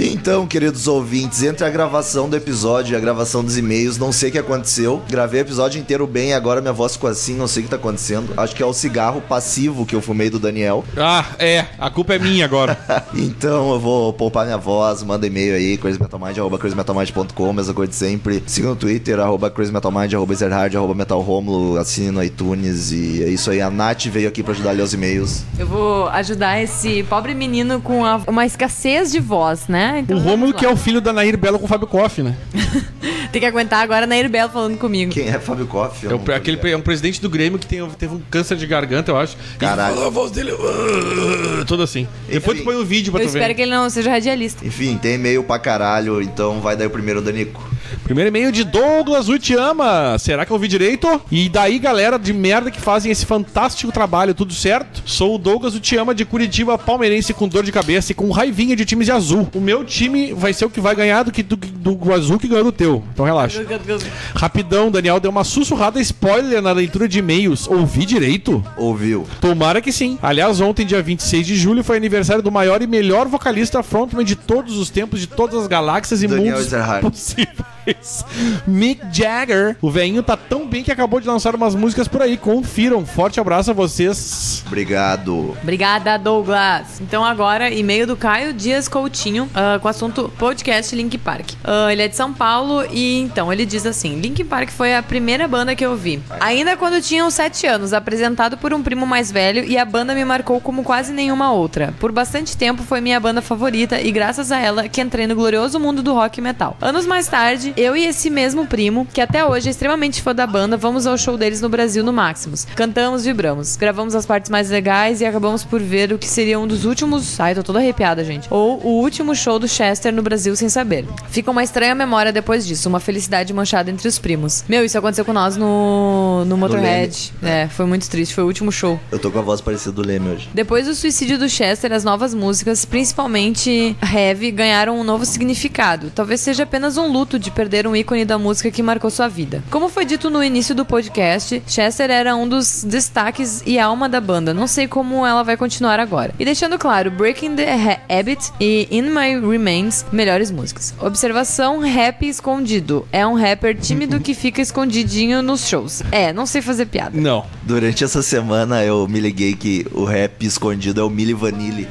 Então, queridos ouvintes, entre a gravação do episódio e a gravação dos e-mails, não sei o que aconteceu. Gravei o episódio inteiro bem, agora minha voz ficou assim, não sei o que tá acontecendo. Acho que é o cigarro passivo que eu fumei do Daniel.
Ah, é. A culpa é minha agora.
Então eu vou poupar minha voz, manda e-mail aí, crazymetalmind, arroba crazymetalmind.com, mesma coisa de sempre. Siga no Twitter, arroba crazymetalmind, arroba ezerhard, arroba metalromulo, assine no iTunes e é isso aí. A Nath veio aqui pra ajudar a ler os e-mails.
Eu vou ajudar esse pobre menino com a- uma escassez de voz,
O
né? Então,
Rômulo,
vamos lá.
que é o filho da Nair Belo com o Fábio Koff, né?
Tem que aguentar agora Nair Belo falando comigo.
Quem é Fábio Koff? Eu
É,
não
o-
tô
aquele,
ligado.
é um presidente do Grêmio que tem- teve um câncer de garganta, eu acho. E
Caralho.
falou a voz dele. "Ah", Todo assim. Depois tu põe o vídeo pra
Eu
tu ver.
espero que ele não seja radialista.
Enfim, tem e-mail pra caralho, então vai daí o primeiro, Danico.
Primeiro e-mail de Douglas Utiama. Será que eu ouvi direito? E daí, galera de merda que fazem esse fantástico trabalho, tudo certo? Sou o Douglas Utiama de Curitiba, palmeirense com dor de cabeça e com raivinha de times de azul. O meu time vai ser o que vai ganhar do que do, do azul que ganhou do teu. Então relaxa. Rapidão, Daniel deu uma sussurrada spoiler na leitura de e-mails. Ouvi direito?
Ouviu?
Tomara que sim. Aliás, ontem, dia 26 de julho, foi aniversário do maior e melhor vocalista frontman de todos os tempos, de todas as galáxias e
Daniel
mundos
Ezerhard.
possíveis. Mick Jagger. O velhinho tá tão bem que acabou de lançar umas músicas por aí. Confiram. Forte abraço a vocês.
Obrigado.
Obrigada, Douglas. Então agora, e-mail do Caio Dias Coutinho, ah, com o assunto podcast Link Park. Ah, ele é de São Paulo e então ele diz assim: Link Park foi a primeira banda que eu vi. Ainda quando tinha uns 7 anos, apresentado por um primo mais velho, e a banda me marcou como quase nenhuma outra. Por bastante tempo foi minha banda favorita e graças a ela que entrei no glorioso mundo do rock e metal. Anos mais tarde, eu e esse mesmo primo, que até hoje é extremamente fã da banda, vamos ao show deles no Brasil no Maximus. Cantamos, vibramos, gravamos as partes mais legais e acabamos por ver o que seria um dos últimos. Ai, tô toda arrepiada, gente. Ou o último show do Chester no Brasil sem saber. Fica uma estranha memória depois disso, uma felicidade manchada entre os primos. Meu, isso aconteceu com nós no, no Motorhead. é, foi muito triste, foi o último show.
Eu tô com a voz parecida do Leme hoje.
Depois do suicídio do Chester, as novas músicas, principalmente Heavy, ganharam um novo significado. Talvez seja apenas um luto de perder um ícone da música que marcou sua vida. Como foi dito no início do podcast, Chester era um dos destaques e alma da banda. Não sei como ela vai continuar agora. E deixando claro, Breaking the Ha- Habit e In My Remains, melhores músicas. Observação: rap escondido. É um rapper tímido que fica escondidinho nos shows. É, não sei fazer piada.
Não.
Durante essa semana eu me liguei que o rap escondido é o Mili Vanille.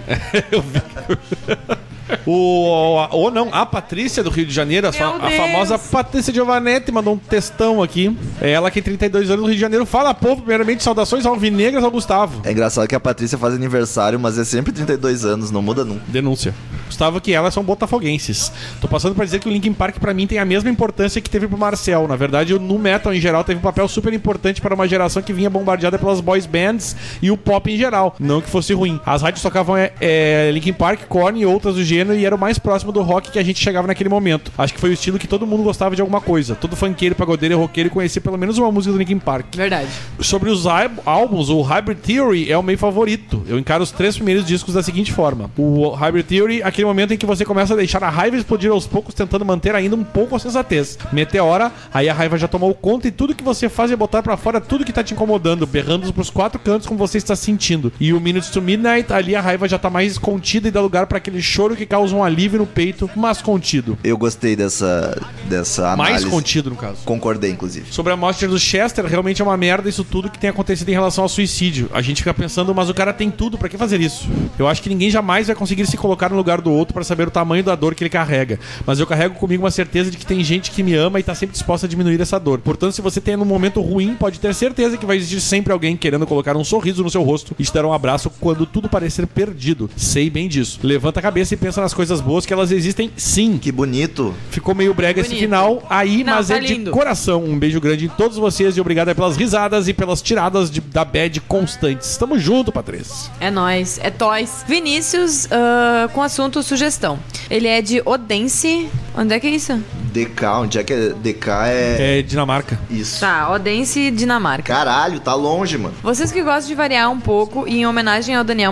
O, a- ou não, a Patrícia do Rio de Janeiro, a, fa-
Meu
a
Deus.
famosa Patrícia Giovanetti, mandou um textão aqui. É Ela que tem 32 anos do Rio de Janeiro. Fala, povo, primeiramente, saudações alvinegras ao Gustavo.
É engraçado que a Patrícia faz aniversário, mas é sempre 32 anos, não muda nunca.
Denúncia. Gustavo que elas são botafoguenses. Tô passando pra dizer que o Linkin Park pra mim tem a mesma importância que teve pro Marcel. Na verdade, o nu metal em geral teve um papel super importante para uma geração que vinha bombardeada pelas boys bands e o pop em geral. Não que fosse ruim. As rádios tocavam é, é, Linkin Park, Korn e outras do gênero e era o mais próximo do rock que a gente chegava naquele momento. Acho que foi o estilo que todo mundo gostava de alguma coisa. Todo funkeiro, pagodeiro e roqueiro conhecia pelo menos uma música do Linkin Park.
Verdade.
Sobre os ál- álbuns, o Hybrid Theory é o meu favorito. Eu encaro os três primeiros discos da seguinte forma: o Hybrid Theory, a naquele momento em que você começa a deixar a raiva explodir aos poucos, tentando manter ainda um pouco a sensatez. Meteora, aí a raiva já tomou conta e tudo que você faz é botar pra fora tudo que tá te incomodando, berrando pros quatro cantos como você está sentindo. E o Minutes to Midnight, ali a raiva já tá mais contida e dá lugar pra aquele choro que causa um alívio no peito, mas contido.
Eu gostei dessa, dessa análise.
Mais contido, no caso.
Concordei, inclusive.
Sobre a morte do Chester, realmente é uma merda isso tudo que tem acontecido em relação ao suicídio. A gente fica pensando, mas o cara tem tudo, pra que fazer isso? Eu acho que ninguém jamais vai conseguir se colocar no lugar do outro pra saber o tamanho da dor que ele carrega. Mas eu carrego comigo uma certeza de que tem gente que me ama e tá sempre disposta a diminuir essa dor. Portanto, se você tem num momento ruim, pode ter certeza que vai existir sempre alguém querendo colocar um sorriso no seu rosto e te dar um abraço quando tudo parecer perdido. Sei bem disso. Levanta a cabeça e pensa nas coisas boas que elas existem sim.
Que bonito.
Ficou meio brega esse
Bonito.
final aí,
Não,
mas
tá
é de
lindo.
coração. Um beijo grande em todos vocês e obrigado aí pelas risadas e pelas tiradas de- da bad constantes. Tamo junto, Patrícia.
É nóis, é toys. Vinícius, ah, com assunto sugestão. Ele é de Odense. Onde é que é isso?
DK, onde é que é? DK é.
É Dinamarca.
Isso.
Tá, Odense, Dinamarca.
Caralho, tá longe, mano.
Vocês que gostam de variar um pouco, e em homenagem ao Daniel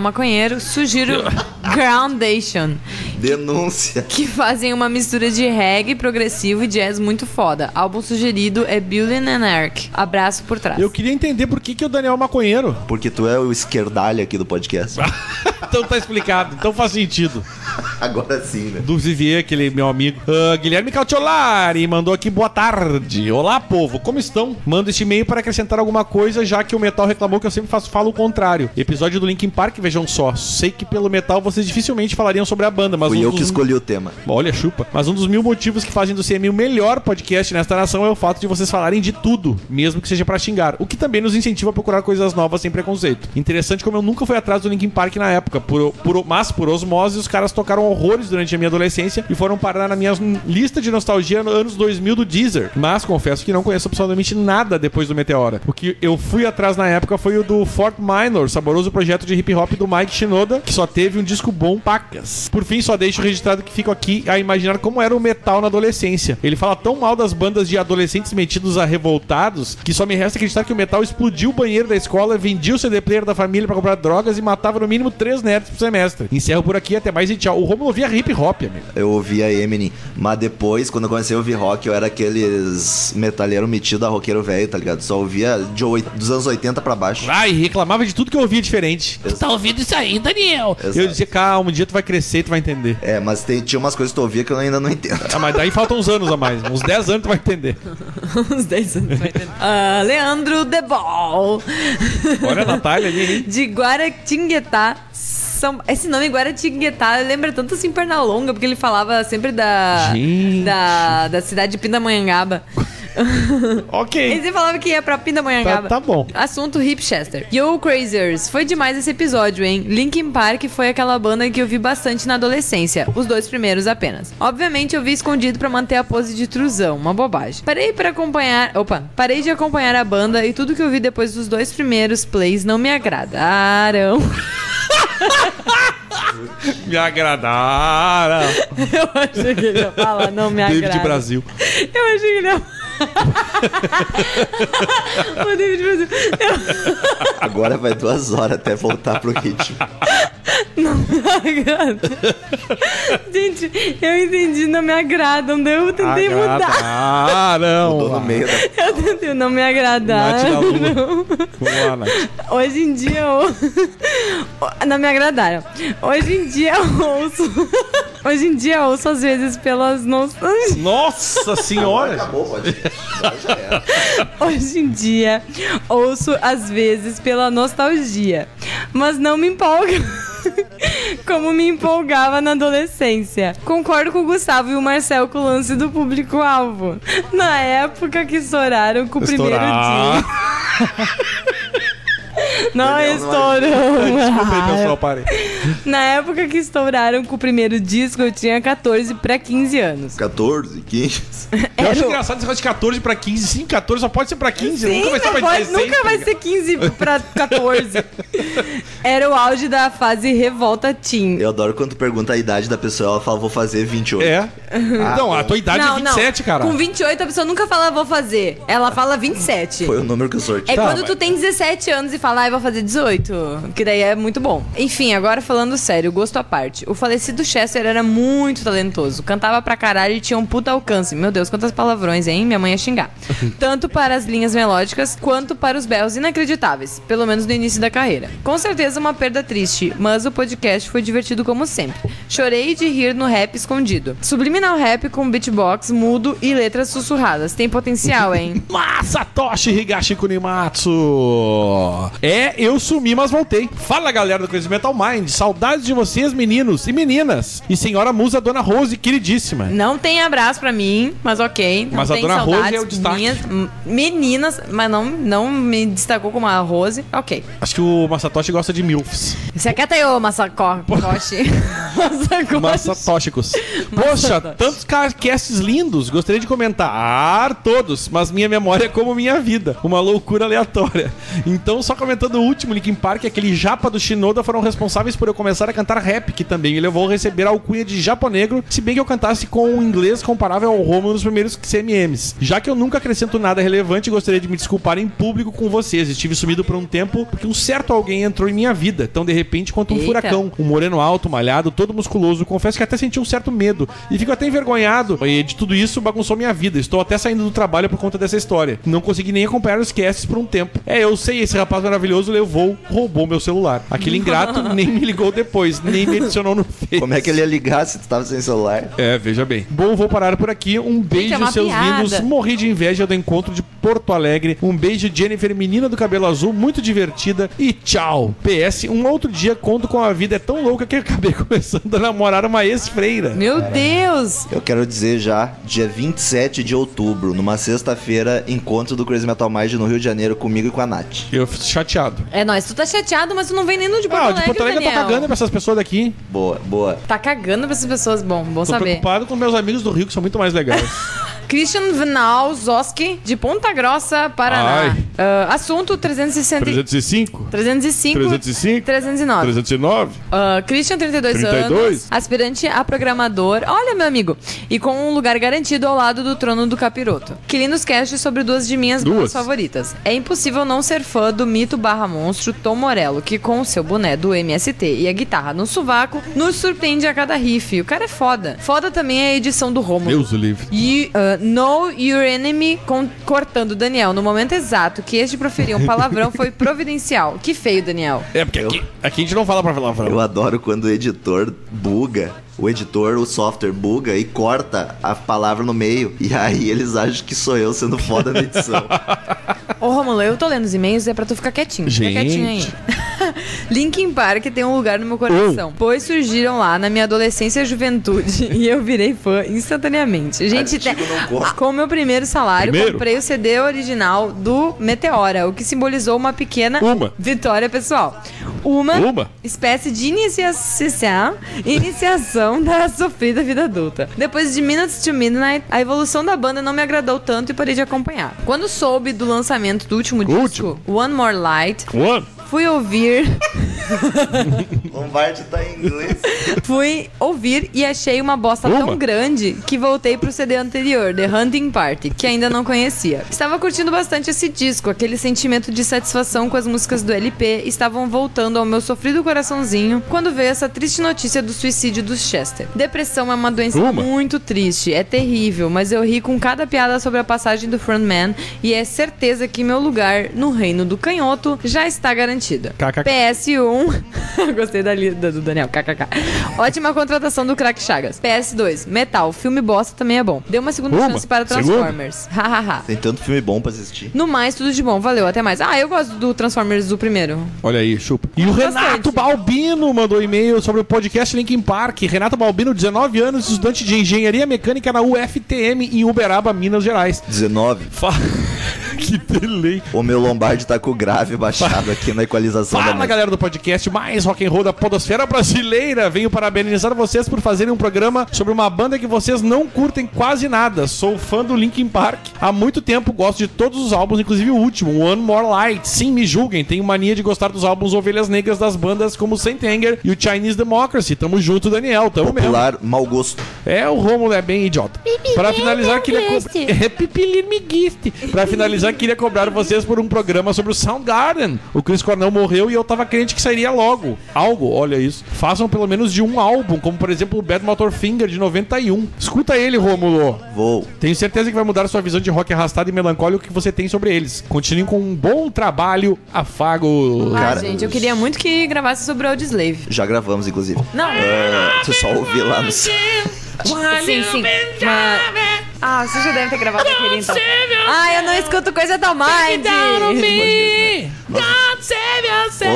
*laughs*
Maconheiro, sugiro Groundation.
Denúncia.
que fazem uma mistura de reggae progressivo e jazz muito foda. Álbum sugerido é Building an Ark. Abraço por trás.
Eu queria entender por que, que o Daniel é maconheiro.
Porque tu é o esquerdalho aqui do podcast.
então tá explicado, então faz sentido.
Agora sim, né?
do Vivier, aquele meu amigo. Ah, Guilherme Cautiolari mandou aqui boa tarde. Olá, povo, como estão? Manda este e-mail para acrescentar alguma coisa, já que o Metal reclamou que eu sempre faço falo o contrário. Episódio do Linkin Park, vejam só. Sei que pelo Metal vocês dificilmente falariam sobre a banda, mas
Fui
um
eu
dos-
que escolhi o tema.
Olha, chupa. Mas um dos mil motivos que fazem do CMI o melhor podcast nesta nação é o fato de vocês falarem de tudo, mesmo que seja pra xingar, o que também nos incentiva a procurar coisas novas sem preconceito. Interessante como eu nunca fui atrás do Linkin Park na época, por- por- mas por osmose os caras tocaram horrores durante a minha adolescência e foram parar na minha lista de nostalgia no anos 2000 do Deezer. Mas confesso que não conheço absolutamente nada depois do Meteora. O que eu fui atrás na época foi o do Fort Minor, saboroso projeto de hip hop do Mike Shinoda, que só teve um disco bom pacas. Por fim, só deixo registrado que fico aqui a imaginar como era o metal na adolescência. Ele fala tão mal das bandas de adolescentes metidos a revoltados que só me resta acreditar que o metal explodiu o banheiro da escola, vendia o CD player da família pra comprar drogas e matava no mínimo três nerds por semestre. Encerro por aqui, até mais e tchau. O Romulo via hip hop, amigo.
Eu ouvia Eminem, mas depois, quando eu comecei a ouvir rock, eu era aqueles metalheiro metido a roqueiro velho, tá ligado? Só ouvia de oi- dos anos 80 pra baixo.
Ai, reclamava de tudo que eu ouvia diferente.
Exato.
tá ouvindo isso aí, Daniel? Eu
Exato.
dizia, calma, um dia tu vai crescer e tu vai entender.
É, mas tem- tinha umas coisas que tu ouvia que eu ainda não entendo.
Ah, mas daí faltam uns anos a mais. Uns 10 anos tu vai entender.
*laughs* Uns 10 anos. vai entender. Ah, Leandro The Ball.
Olha a Natália ali, hein?
De Guaratinguetá. São... Esse nome Guaratinguetá lembra tanto assim Pernalonga, porque ele falava sempre da,
Gente.
da, da cidade de Pindamonhangaba.
Ok.
Ele falava que ia pra
Tá,
Pindamonhangaba.
tá bom.
Assunto Hipchester. Yo, Crazers! Foi demais esse episódio, hein? Linkin Park foi aquela banda que eu vi bastante na adolescência. Os dois primeiros apenas. Obviamente eu vi escondido pra manter a pose de trusão. Uma bobagem. Parei pra acompanhar... Opa! Parei de acompanhar a banda e tudo que eu vi depois dos dois primeiros plays não me agradaram.
Me agradaram.
eu achei que ele ia falar não me agrada.
David Brasil.
Eu achei que ele ia... *laughs* o David Brasil.
Agora vai duas horas até voltar pro ritmo.
Não me agrada. Gente, eu entendi, não me agradam. Daí eu tentei mudar.
Tô no
Agradaram.
meio da...
Eu tentei não me agradar.
Nath da Lua. Vamos lá, Nath.
Hoje em dia eu. Não me agradaram. Hoje em dia eu ouço. *laughs* Hoje em dia eu ouço às vezes pelas noções.
Nossa senhora.
Acabou, pode. Agora já era.
Hoje em dia ouço às vezes pela nostalgia. Mas não me empolga. *laughs* Como me empolgava na adolescência. Concordo com o Gustavo e o Marcel com o lance do público-alvo. Na época que estouraram com o primeiro
Estourar.
dia.
Entendeu?
Não
Não é-
estourou.
Desculpa aí,
Ah,
pessoal, parei.
é. Na época que estouraram com o primeiro disco, eu tinha 14 pra 15 anos.
14, 15.
Eu acho
Era o-
engraçado esse negócio de 14 pra 15. Sim, 14 só pode ser pra 15.
Sim,
nunca vai ser tá pra
não pode-
16.
nunca vai ser 15
*laughs*
pra 14. Era o auge da fase revolta teen.
Eu adoro quando tu pergunta a idade da pessoa, ela fala, vou fazer 28.
É. não, a tua idade é 27, cara.
Com 28 a pessoa nunca fala vou fazer. Ela fala 27.
Foi o número que eu sorteei.
É
Tá,
quando
mas-
tu tem 17 anos e fala, ai, vou vai fazer 18, que daí é muito bom. Enfim, agora falando sério, gosto à parte. O falecido Chester era muito talentoso, cantava pra caralho e tinha um puta alcance. Meu Deus, quantas palavrões, hein? Minha mãe
*laughs*
ia xingar. Tanto para as linhas melódicas quanto para os berros inacreditáveis, pelo menos no início da carreira. Com certeza uma perda triste, mas o podcast foi divertido como sempre. Chorei de rir no rap escondido. Subliminal rap com beatbox mudo e letras sussurradas. Tem
*laughs*
potencial, hein?
Massa Toshi Higashi Kunimatsu! É, eu sumi, mas voltei. Fala galera do Crazy Metal Mind, saudades de vocês, meninos e meninas. E senhora musa, dona Rose, queridíssima.
Não tem abraço pra mim, mas ok. Não
Mas a
tem
dona
saudades
Rose é o destaque.
minhas. M- Meninas, mas não, não me destacou como a Rose. Ok.
Acho que o Masatoshi gosta de milfs.
Você quer ter o Massacoche?
Massa
Massacoche. *laughs*
tóxicos.
Massa
Poxa,
tóxicos.
tantos casts lindos. Gostaria de comentar todos, mas minha memória é como minha vida. Uma loucura aleatória. Então, só comentando o último, Linkin Park e aquele japa do Shinoda foram responsáveis por eu começar a cantar rap, que também me levou a receber a alcunha de japonegro, se bem que eu cantasse com um inglês comparável ao Romulo nos primeiros CMMs. Já que eu nunca acrescento nada relevante, gostaria de me desculpar em público com vocês. Estive sumido por um tempo porque um certo alguém entrou em minha vida, tão de repente quanto um
Eita.
furacão. Um moreno alto, malhado, todo musculoso. Confesso que até senti um certo medo. E fico até envergonhado. E de tudo isso bagunçou minha vida. Estou até saindo do trabalho por conta dessa história. Não consegui nem acompanhar os casts por um tempo. É, eu sei, esse rapaz maravilhoso levou, roubou meu celular. Aquele ingrato nem me ligou depois, nem me adicionou no Face.
Como é que ele ia ligar se tu tava sem celular?
É, veja bem. Bom, vou parar por aqui. Um beijo,
é uma
seus
piada.
lindos. Morri de inveja do encontro de Porto Alegre. Um beijo, Jennifer, menina do cabelo azul, muito divertida. E tchau. PS, um outro dia conto com a vida é tão louca que eu acabei *laughs* começando a namorar uma ex-freira.
Meu Deus!
Eu quero dizer já, dia 27 de outubro, numa sexta-feira, encontro do Crazy Metal Mind no Rio de Janeiro comigo e com a Nath.
Eu fico chateado.
É nóis, tu tá chateado, mas tu não vem nem no de Porto
Ah, o
Alegre,
de Porto Alegre eu tô
Daniel.
cagando pra essas pessoas daqui.
Boa, boa.
Tá cagando pra essas pessoas, bom, bom
Tô
saber.
preocupado com meus amigos do Rio, que são muito mais legais.
*laughs* Christian Vinal Zoski, de Ponta Grossa, Paraná.
Ai.
Ah, assunto 360...
305?
305...
305?
309.
309?
Ah, Christian, 32,
32.
anos, aspirante a programador. Olha, meu amigo. E com um lugar garantido ao lado do trono do capiroto. Que lindos casts sobre duas de minhas
Duas.
bandas favoritas. É impossível não ser fã do mito barra monstro Tom Morello, que com o seu boné do MST e a guitarra no sovaco, nos surpreende a cada riff. O cara é foda. Foda também é a edição do Romulo.
Deus o livre.
You, uh, know Your Enemy con- cortando Daniel no momento exato que este proferiu um palavrão
*laughs*
foi providencial. Que feio, Daniel.
É, porque aqui, aqui a gente não fala pra falar.
Eu adoro quando o editor buga. O editor, o software buga e corta a palavra no meio. E aí eles acham que sou eu sendo foda na edição.
Ô, Romulo, eu tô lendo os e-mails, é pra tu ficar quietinho. Fica
Gente.
quietinho aí. *laughs* Linkin Park tem um lugar no meu coração,
Oh.
pois surgiram lá na minha adolescência e juventude *laughs* e eu virei fã instantaneamente. Gente,
Artigo
te-
não corta.
com o meu primeiro salário,
Primeiro?
comprei o CD original do Meteora, o que simbolizou uma pequena
Uma.
vitória pessoal. Uma,
Uma?
espécie de iniciação, iniciação da sofrida vida adulta. Depois de Minutes to Midnight, a evolução da banda não me agradou tanto e parei de acompanhar. Quando soube do lançamento do último disco, One More Light,
One.
fui ouvir,
Lombardi tá em inglês.
fui ouvir e achei uma bosta
Uma?
tão grande que voltei pro CD anterior, The Hunting Party, que ainda não conhecia. Estava curtindo bastante esse disco, aquele sentimento de satisfação com as músicas do LP estavam voltando ao meu sofrido coraçãozinho quando veio essa triste notícia do suicídio do Chester. Depressão é uma doença
Uma?
muito triste, é terrível, mas eu ri com cada piada sobre a passagem do frontman e é certeza que meu lugar no reino do canhoto já está garantida.
KKK.
PS1. *laughs* Gostei da lida do Daniel, kkk. Ótima contratação do Crack Chagas. PS2, Metal, filme bosta também é bom. Deu uma segunda
Uma?
chance para Transformers. *laughs* Hahaha.
*laughs* Tem tanto filme bom pra assistir.
no mais, tudo de bom, valeu, até mais. Ah, eu gosto do Transformers do primeiro.
Olha aí, chupa. E o
Bastante.
Renato Balbino mandou e-mail sobre o podcast Linkin Park. Renato Balbino, 19 anos, estudante de engenharia mecânica na UFTM em Uberaba, Minas Gerais.
19.
Fa- *laughs* que delay.
O meu Lombardi tá com o grave baixado aqui na equalização da
Fala,
música.
galera do podcast mais rock and roll da podosfera brasileira. Venho parabenizar vocês por fazerem um programa sobre uma banda que vocês não curtem quase nada. Sou fã do Linkin Park há muito tempo, gosto de todos os álbuns, inclusive o último, One More Light. Sim, me julguem, tenho mania de gostar dos álbuns Ovelhas Negras das bandas como Saint Anger e o Chinese Democracy. Tamo junto, Daniel, tamo mesmo.
Popular, mau gosto.
*laughs* É, o Romulo é bem idiota. Para finalizar, queria. Com... É pipilir miguiste. Pra finalizar, já queria cobrar vocês por um programa sobre o Soundgarden. O Chris Cornell morreu e eu tava crente que sairia logo. Algo, olha isso. Façam pelo menos de um álbum, como por exemplo o Bad Motor Finger de 91. Escuta ele, Rômulo.
Vou.
Tenho certeza que vai mudar sua visão de rock arrastado e melancólico que você tem sobre eles. Continuem com um bom trabalho, afago.
Ah,
Cara,
gente, eu queria muito que gravasse sobre Old Slave.
Já gravamos, inclusive.
Não,
É, tu só ouvir lá no.
sim, sim. mas- Tipo, assim, Ah, você já deve ter gravado aquele então. Ah, eu não escuto coisa da *laughs* Mind.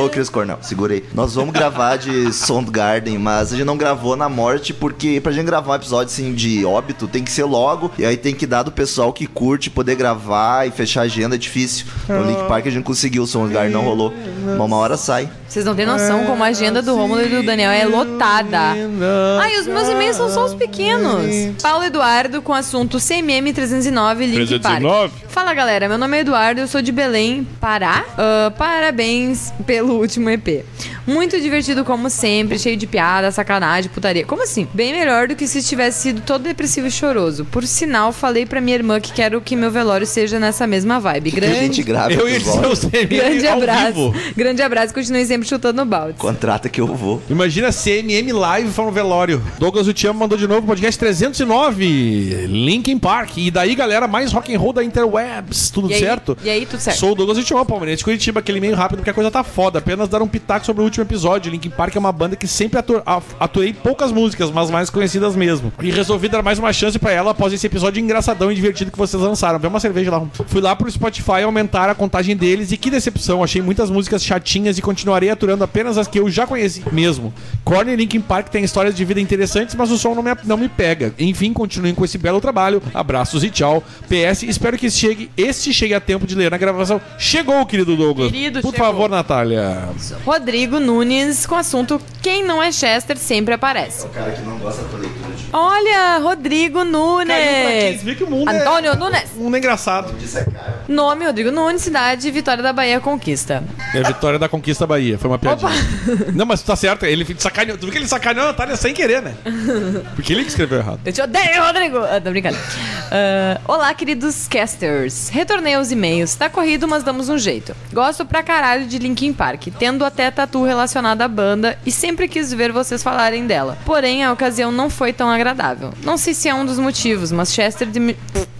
Ô, Chris Cornell, segura aí. Nós vamos gravar
*laughs*
de Soundgarden, mas a gente não gravou na morte porque pra gente gravar um episódio assim de óbito tem que ser logo e aí tem que dar do pessoal que curte poder gravar e fechar a agenda é difícil. No
Ah.
Link Park a gente conseguiu, o Soundgarden não rolou. Mas uma hora sai.
Vocês não têm noção como a agenda do Rômulo e do Daniel é lotada. Ai, os meus e-mails são só os pequenos. Paulo Eduardo com assunto CMM 309 Link Park.
319?
Fala galera, meu nome é Eduardo, eu sou de Belém, Pará. Ah, parabéns pelo último EP. Muito divertido como sempre, cheio de piada, sacanagem, putaria. Como assim? Bem melhor do que se tivesse sido todo depressivo e choroso. Por sinal, falei pra minha irmã que quero que meu velório seja nessa mesma vibe.
Que a gente
Grande,
grava
Eu ia dizer
episódio.
o CMM
grande
ao
abraço.
vivo.
Grande abraço, continue sempre chutando balde.
Contrata que eu vou.
Imagina CMM live falando velório. Douglas o Tiamo mandou de novo podcast 309, Linkin Park. E daí, galera, mais rock and roll da interwebs, tudo
E aí-
certo?
E aí, tudo certo.
Sou o Douglas Itchimão, Palmeirense de Curitiba, aquele meio rápido, porque a coisa tá foda. Apenas dar um pitaco sobre o último episódio. Linkin Park é uma banda que sempre atu- a- atuei poucas músicas, mas mais conhecidas mesmo. E resolvi dar mais uma chance pra ela após esse episódio engraçadão e divertido que vocês lançaram. Vê uma cerveja lá. Fui lá pro Spotify aumentar a contagem deles e que decepção. Achei muitas músicas chatinhas e continuarei aturando apenas as que eu já conheci mesmo. Korn e Linkin Park têm histórias de vida interessantes, mas o som não me, não me pega. Enfim, continuem com esse belo trabalho. Abraços e tchau. PS, espero que esse chegue, este chegue a tempo de ler na gravação. Chegou, querido Douglas.
Querido,
Por
chegou.
favor, Natália.
Rodrigo Nunes com o assunto Quem não é Chester sempre aparece.
É Cara que não gosta da tua leitura de
Olha, Rodrigo Nunes.
Vê que o mundo
É. Antônio Nunes.
é... O mundo é engraçado.
Nome Rodrigo Nunes, cidade Vitória da Bahia Conquista.
É a vitória da conquista Bahia. Foi uma piadinha.
*laughs*
Não, mas tu tá certo. Ele sacaneou. Tu viu que ele sacaneou a Natália sem querer,
*laughs*
né? Porque ele que escreveu errado.
Eu te odeio, Rodrigo! Ah, tô brincando. Ah, olá, queridos casters. Retornei aos e-mails. Tá corrido, mas damos um jeito. Gosto pra caralho de Linkin Park, tendo até tatu relacionado à banda e sempre quis ver vocês falarem dela. Porém, a ocasião não foi tão agradável. Não sei se é um dos motivos, mas Chester dimi-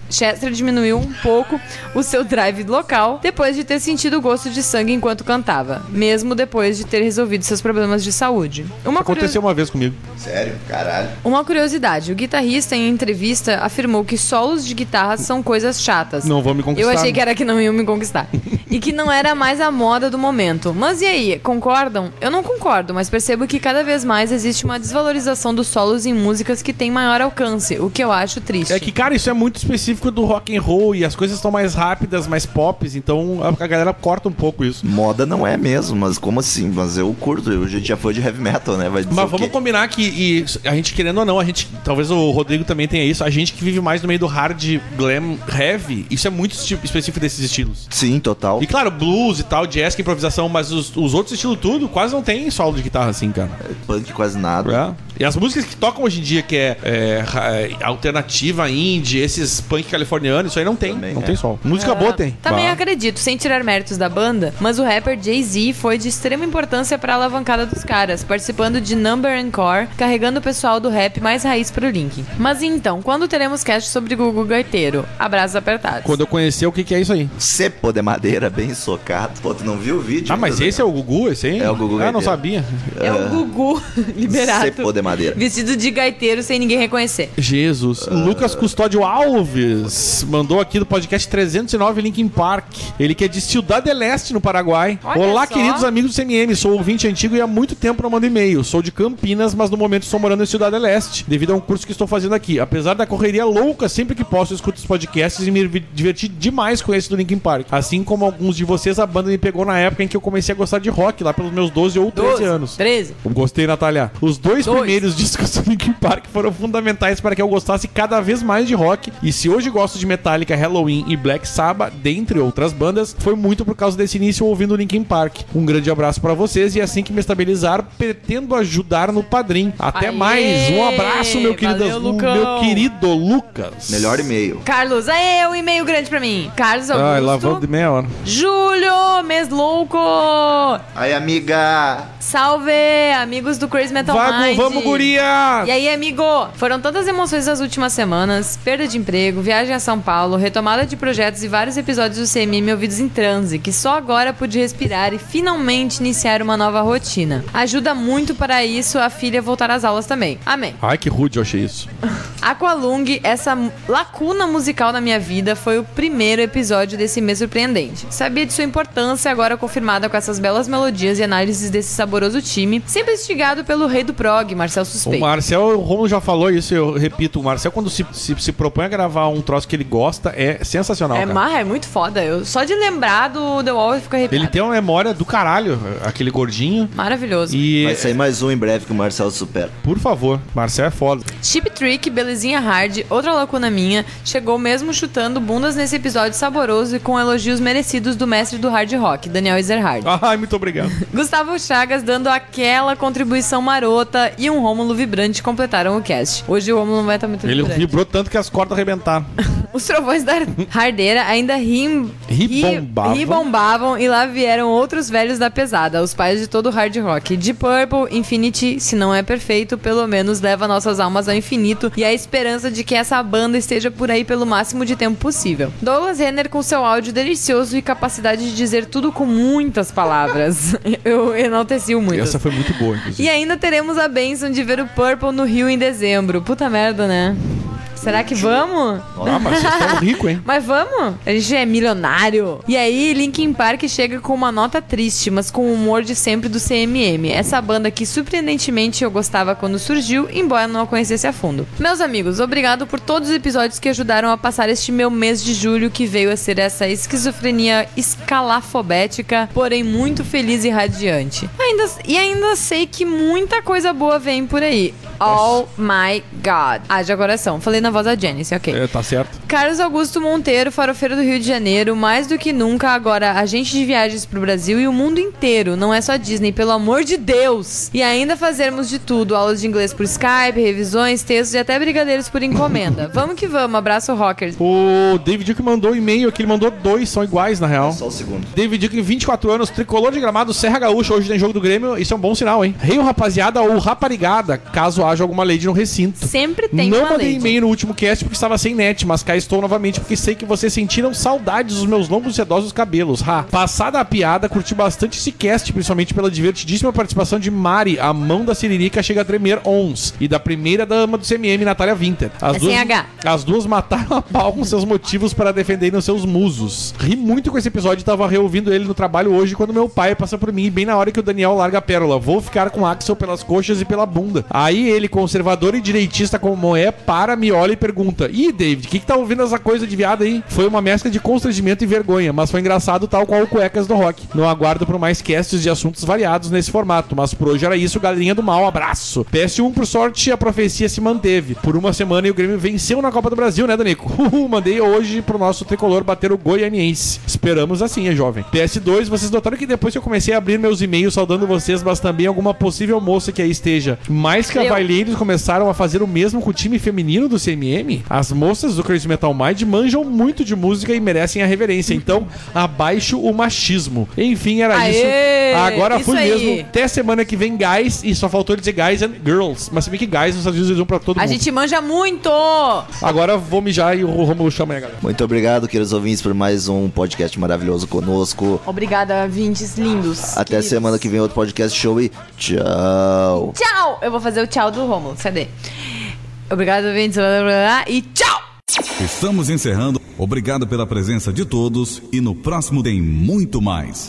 Chester diminuiu um pouco o seu drive local depois de ter sentido o gosto de sangue enquanto cantava, mesmo depois de ter resolvido seus problemas de saúde. Uma curiosidade.
Aconteceu uma vez comigo.
Sério, caralho.
Uma curiosidade, o guitarrista em entrevista afirmou que solos de guitarra são coisas chatas.
Não vou me
Eu
conquistar.
achei que era que não iam me conquistar. e que não era mais a moda do momento. Mas e aí, concordam? Eu não concordo, mas percebo que cada vez mais existe uma desvalorização dos solos em músicas que têm maior alcance, o que eu acho triste.
É que, cara, isso é muito específico do rock and roll e as coisas estão mais rápidas, mais pops, então a a galera corta um pouco isso.
Moda não é mesmo, mas como assim? Mas eu curto, eu, a gente já foi de heavy metal, né? Vai dizer
Mas
o quê?
vamos combinar que e a gente querendo ou não, a gente, talvez o Rodrigo também tenha isso, a gente que vive mais no meio do hard glam heavy, isso é muito esti- específico desses estilos.
Sim, total.
E claro, blues e tal, jazz, que é improvisação, mas os, os outros estilos tudo quase não tem solo de guitarra assim, cara.
Punk quase nada.
É. E as músicas que tocam hoje em dia, que é, é, ra- é, alternativa, indie, esses punk californiano, isso aí não tem.
Também,
não
é.
tem sol. Música boa tem.
Também
Bah.
acredito, sem tirar méritos da banda, mas o rapper Jay-Z foi de extrema importância pra alavancada dos caras, participando de Number and Core, carregando o pessoal do rap mais raiz pro Link. Mas então, quando teremos cast sobre Gugu Gaiteiro? Abraços apertados.
Quando eu conhecer, o que, que é isso aí?
Cepo de madeira, bem socado. Pô, tu não viu o vídeo?
Ah, mas esse é o Gugu, esse aí?
É o Gugu
Ah, não
Gaiteiro.
sabia.
É o Gugu *laughs*
Cepo
liberado.
de madeira.
Vestido de gaiteiro sem ninguém reconhecer.
Jesus.
É.
Lucas Custódio Alves mandou aqui do podcast 309 Linkin Park. Ele que é de Ciudad Leste, no Paraguai.
Olha
Olá,
só.
queridos amigos do CMM. Sou ouvinte antigo e há muito tempo não mando e-mail. Sou de Campinas, mas no momento estou morando em Ciudad Leste, devido a um curso que estou fazendo aqui. Apesar da correria louca, sempre que posso, eu escuto os podcasts e me vi- diverti demais com esse do Linkin Park. Assim como alguns de vocês, a banda me pegou na época em que eu comecei a gostar de rock, lá pelos meus 12 ou 13 anos.
13.
Gostei, Natália. Os dois,
Dois.
nele, os *laughs* discos do Linkin Park foram fundamentais para que eu gostasse cada vez mais de rock. E se hoje gosto de Metallica, Halloween e Black Sabbath, dentre outras bandas, foi muito por causa desse início ouvindo Linkin Park. Um grande abraço para vocês e assim que me estabilizar, pretendo ajudar no Padrim. Até
Aê!
mais. Um abraço, meu querido,
Valeu, Lucão.
meu querido Lucas.
Melhor e-mail.
Carlos, aê, um e-mail grande pra mim. Carlos
Ai,
Augusto.
lavando de meia hora.
Júlio, mês louco.
Aí, amiga!
Salve, amigos do Crazy Metal
Vago,
Mind.
vamos, guria!
E aí, amigo? Foram tantas emoções das últimas semanas: perda de emprego, viagem a São Paulo, retomada de projetos e vários episódios do CMM ouvidos em transe, que só agora pude respirar e finalmente iniciar uma nova rotina. Ajuda muito para isso a filha voltar às aulas também. Amém.
Ai, que rude eu achei isso.
Aqualung, essa m- lacuna musical na minha vida, foi o primeiro episódio desse mês surpreendente. Sabia de sua importância, agora confirmada com essas belas melodias e análises desse saboroso time, sempre instigado pelo rei do prog, Marcel
O
Suspeito.
Marcel, o Romulo já falou isso, eu repito. O Marcel, quando se, se, se propõe a gravar um troço que ele gosta, é sensacional.
É,
cara.
mar, é muito foda. Eu, só de lembrar do The Wall eu fico arrepiado.
Ele tem uma memória do caralho, aquele gordinho.
Maravilhoso.
E,
Vai sair mais um em breve que o Marcelo supera.
por favor, Marcel é *laughs* foda.
Chip Trick, Belezinha Hard, outra lacuna minha, chegou mesmo chutando bundas nesse episódio saboroso e com elogios merecidos do mestre do hard rock, Daniel Ezerhard.
Ai, muito obrigado.
Gustavo Chagas dando aquela contribuição marota e um Rômulo vibrante completaram o cast. Hoje o Rômulo vai estar muito
Ele é um
vibrante.
vibrou tanto que as cordas arrebentaram.
Os trovões da Hardeira ainda rim...
Ribombavam.
ri- ribombavam e lá vieram outros velhos da pesada, os pais de todo o hard rock. De Purple, Infinity, se não é perfeito, pelo menos leva nossas almas ao infinito e a esperança de que essa banda esteja por aí pelo máximo de tempo possível. Douglas Renner com seu áudio delicioso e capacidade de dizer tudo com muitas palavras. *laughs* Eu enalteci o muito.
Essa foi muito boa,
E
inclusive.
ainda teremos a bênção de ver o Purple no Rio em dezembro. Puta merda, né? Será que vamos?
Ah, mas vocês estão ricos, *laughs* hein?
Mas vamos? A gente é milionário. E aí, Linkin Park chega com uma nota triste, mas com o humor de sempre do CMM. Essa banda que surpreendentemente eu gostava quando surgiu, embora não a conhecesse a fundo. Meus amigos, obrigado por todos os episódios que ajudaram a passar este meu mês de julho, que veio a ser essa esquizofrenia escalafobética, porém muito feliz e radiante. Ainda, e ainda sei que muita coisa boa vem por aí. Oh my god. Haja coração. Falei na voz da Janice, ok.
É, tá certo.
Carlos Augusto Monteiro, farofeiro do Rio de Janeiro, mais do que nunca agora agente de viagens pro Brasil e o mundo inteiro, não é só Disney, pelo amor de Deus! E ainda fazermos de tudo, aulas de inglês por Skype, revisões, textos e até brigadeiros
*laughs*
por encomenda. vamos que vamos, abraço rockers.
O David que mandou um e-mail aqui, ele mandou dois, são iguais, na real.
Só o segundo.
David Dick, 24 anos, tricolor de gramado, Serra Gaúcha, hoje tem jogo do Grêmio, isso é um bom sinal, hein? Reio rapaziada ou raparigada, caso haja alguma lei no recinto.
Sempre tem
Não
uma
mandei
lei.
e-mail no último cast porque estava sem net, mas cá estou novamente porque sei que vocês sentiram saudades dos meus longos e sedosos cabelos. Ha. Passada a piada, curti bastante esse cast, principalmente pela divertidíssima participação de Mari, a mão da Siririca chega a tremer ons, e da primeira dama do CMM, Natália Winter. As
É sem H.
as duas mataram a pau com seus motivos para defenderem os seus musos. Ri muito com esse episódio e tava reouvindo ele no trabalho hoje quando meu pai passa por mim, bem na hora que o Daniel larga a pérola. Vou ficar com Axel pelas coxas e pela bunda. Aí ele, conservador e direitista como é, para, me olha e pergunta: Ih, David, o que, que tá ouvindo essa coisa de viado aí? Foi uma mescla de constrangimento e vergonha, mas foi engraçado tal qual o Cuecas do Rock. Não aguardo por mais casts de assuntos variados nesse formato, mas por hoje era isso, galerinha do mal, abraço. PS1, por sorte, a profecia se manteve. Por uma semana e o Grêmio venceu na Copa do Brasil, né, Danico? *laughs* Uhul, mandei hoje pro nosso tricolor bater o goianiense. Esperamos assim, é jovem. PS2, vocês notaram que depois que eu comecei a abrir meus e-mails saudando vocês, mas também alguma possível moça que aí esteja, mais que
Eu.
a eles começaram a fazer o mesmo com o time feminino do CMM, as moças do Crazy Metal Mind manjam muito de música e merecem a reverência. Então, abaixo o machismo. Enfim, era
Aê,
isso. Agora
isso
fui
aí.
mesmo. Até semana que vem, guys. E só faltou ele dizer guys and girls. Mas se bem que guys nos Estados Unidos eles vão pra todo
A
mundo.
gente manja muito!
Agora vou mijar e o Romulo chama aí a galera.
Muito obrigado, queridos ouvintes, por mais um podcast maravilhoso conosco.
Obrigada, vintes lindos.
Até
queridos.
semana que vem, outro podcast show e tchau.
Tchau! Eu vou fazer o tchau do Romulo, cadê? Obrigada, vintes, blá, blá, blá, e tchau!
Estamos encerrando. Obrigado pela presença de todos e no próximo tem muito mais.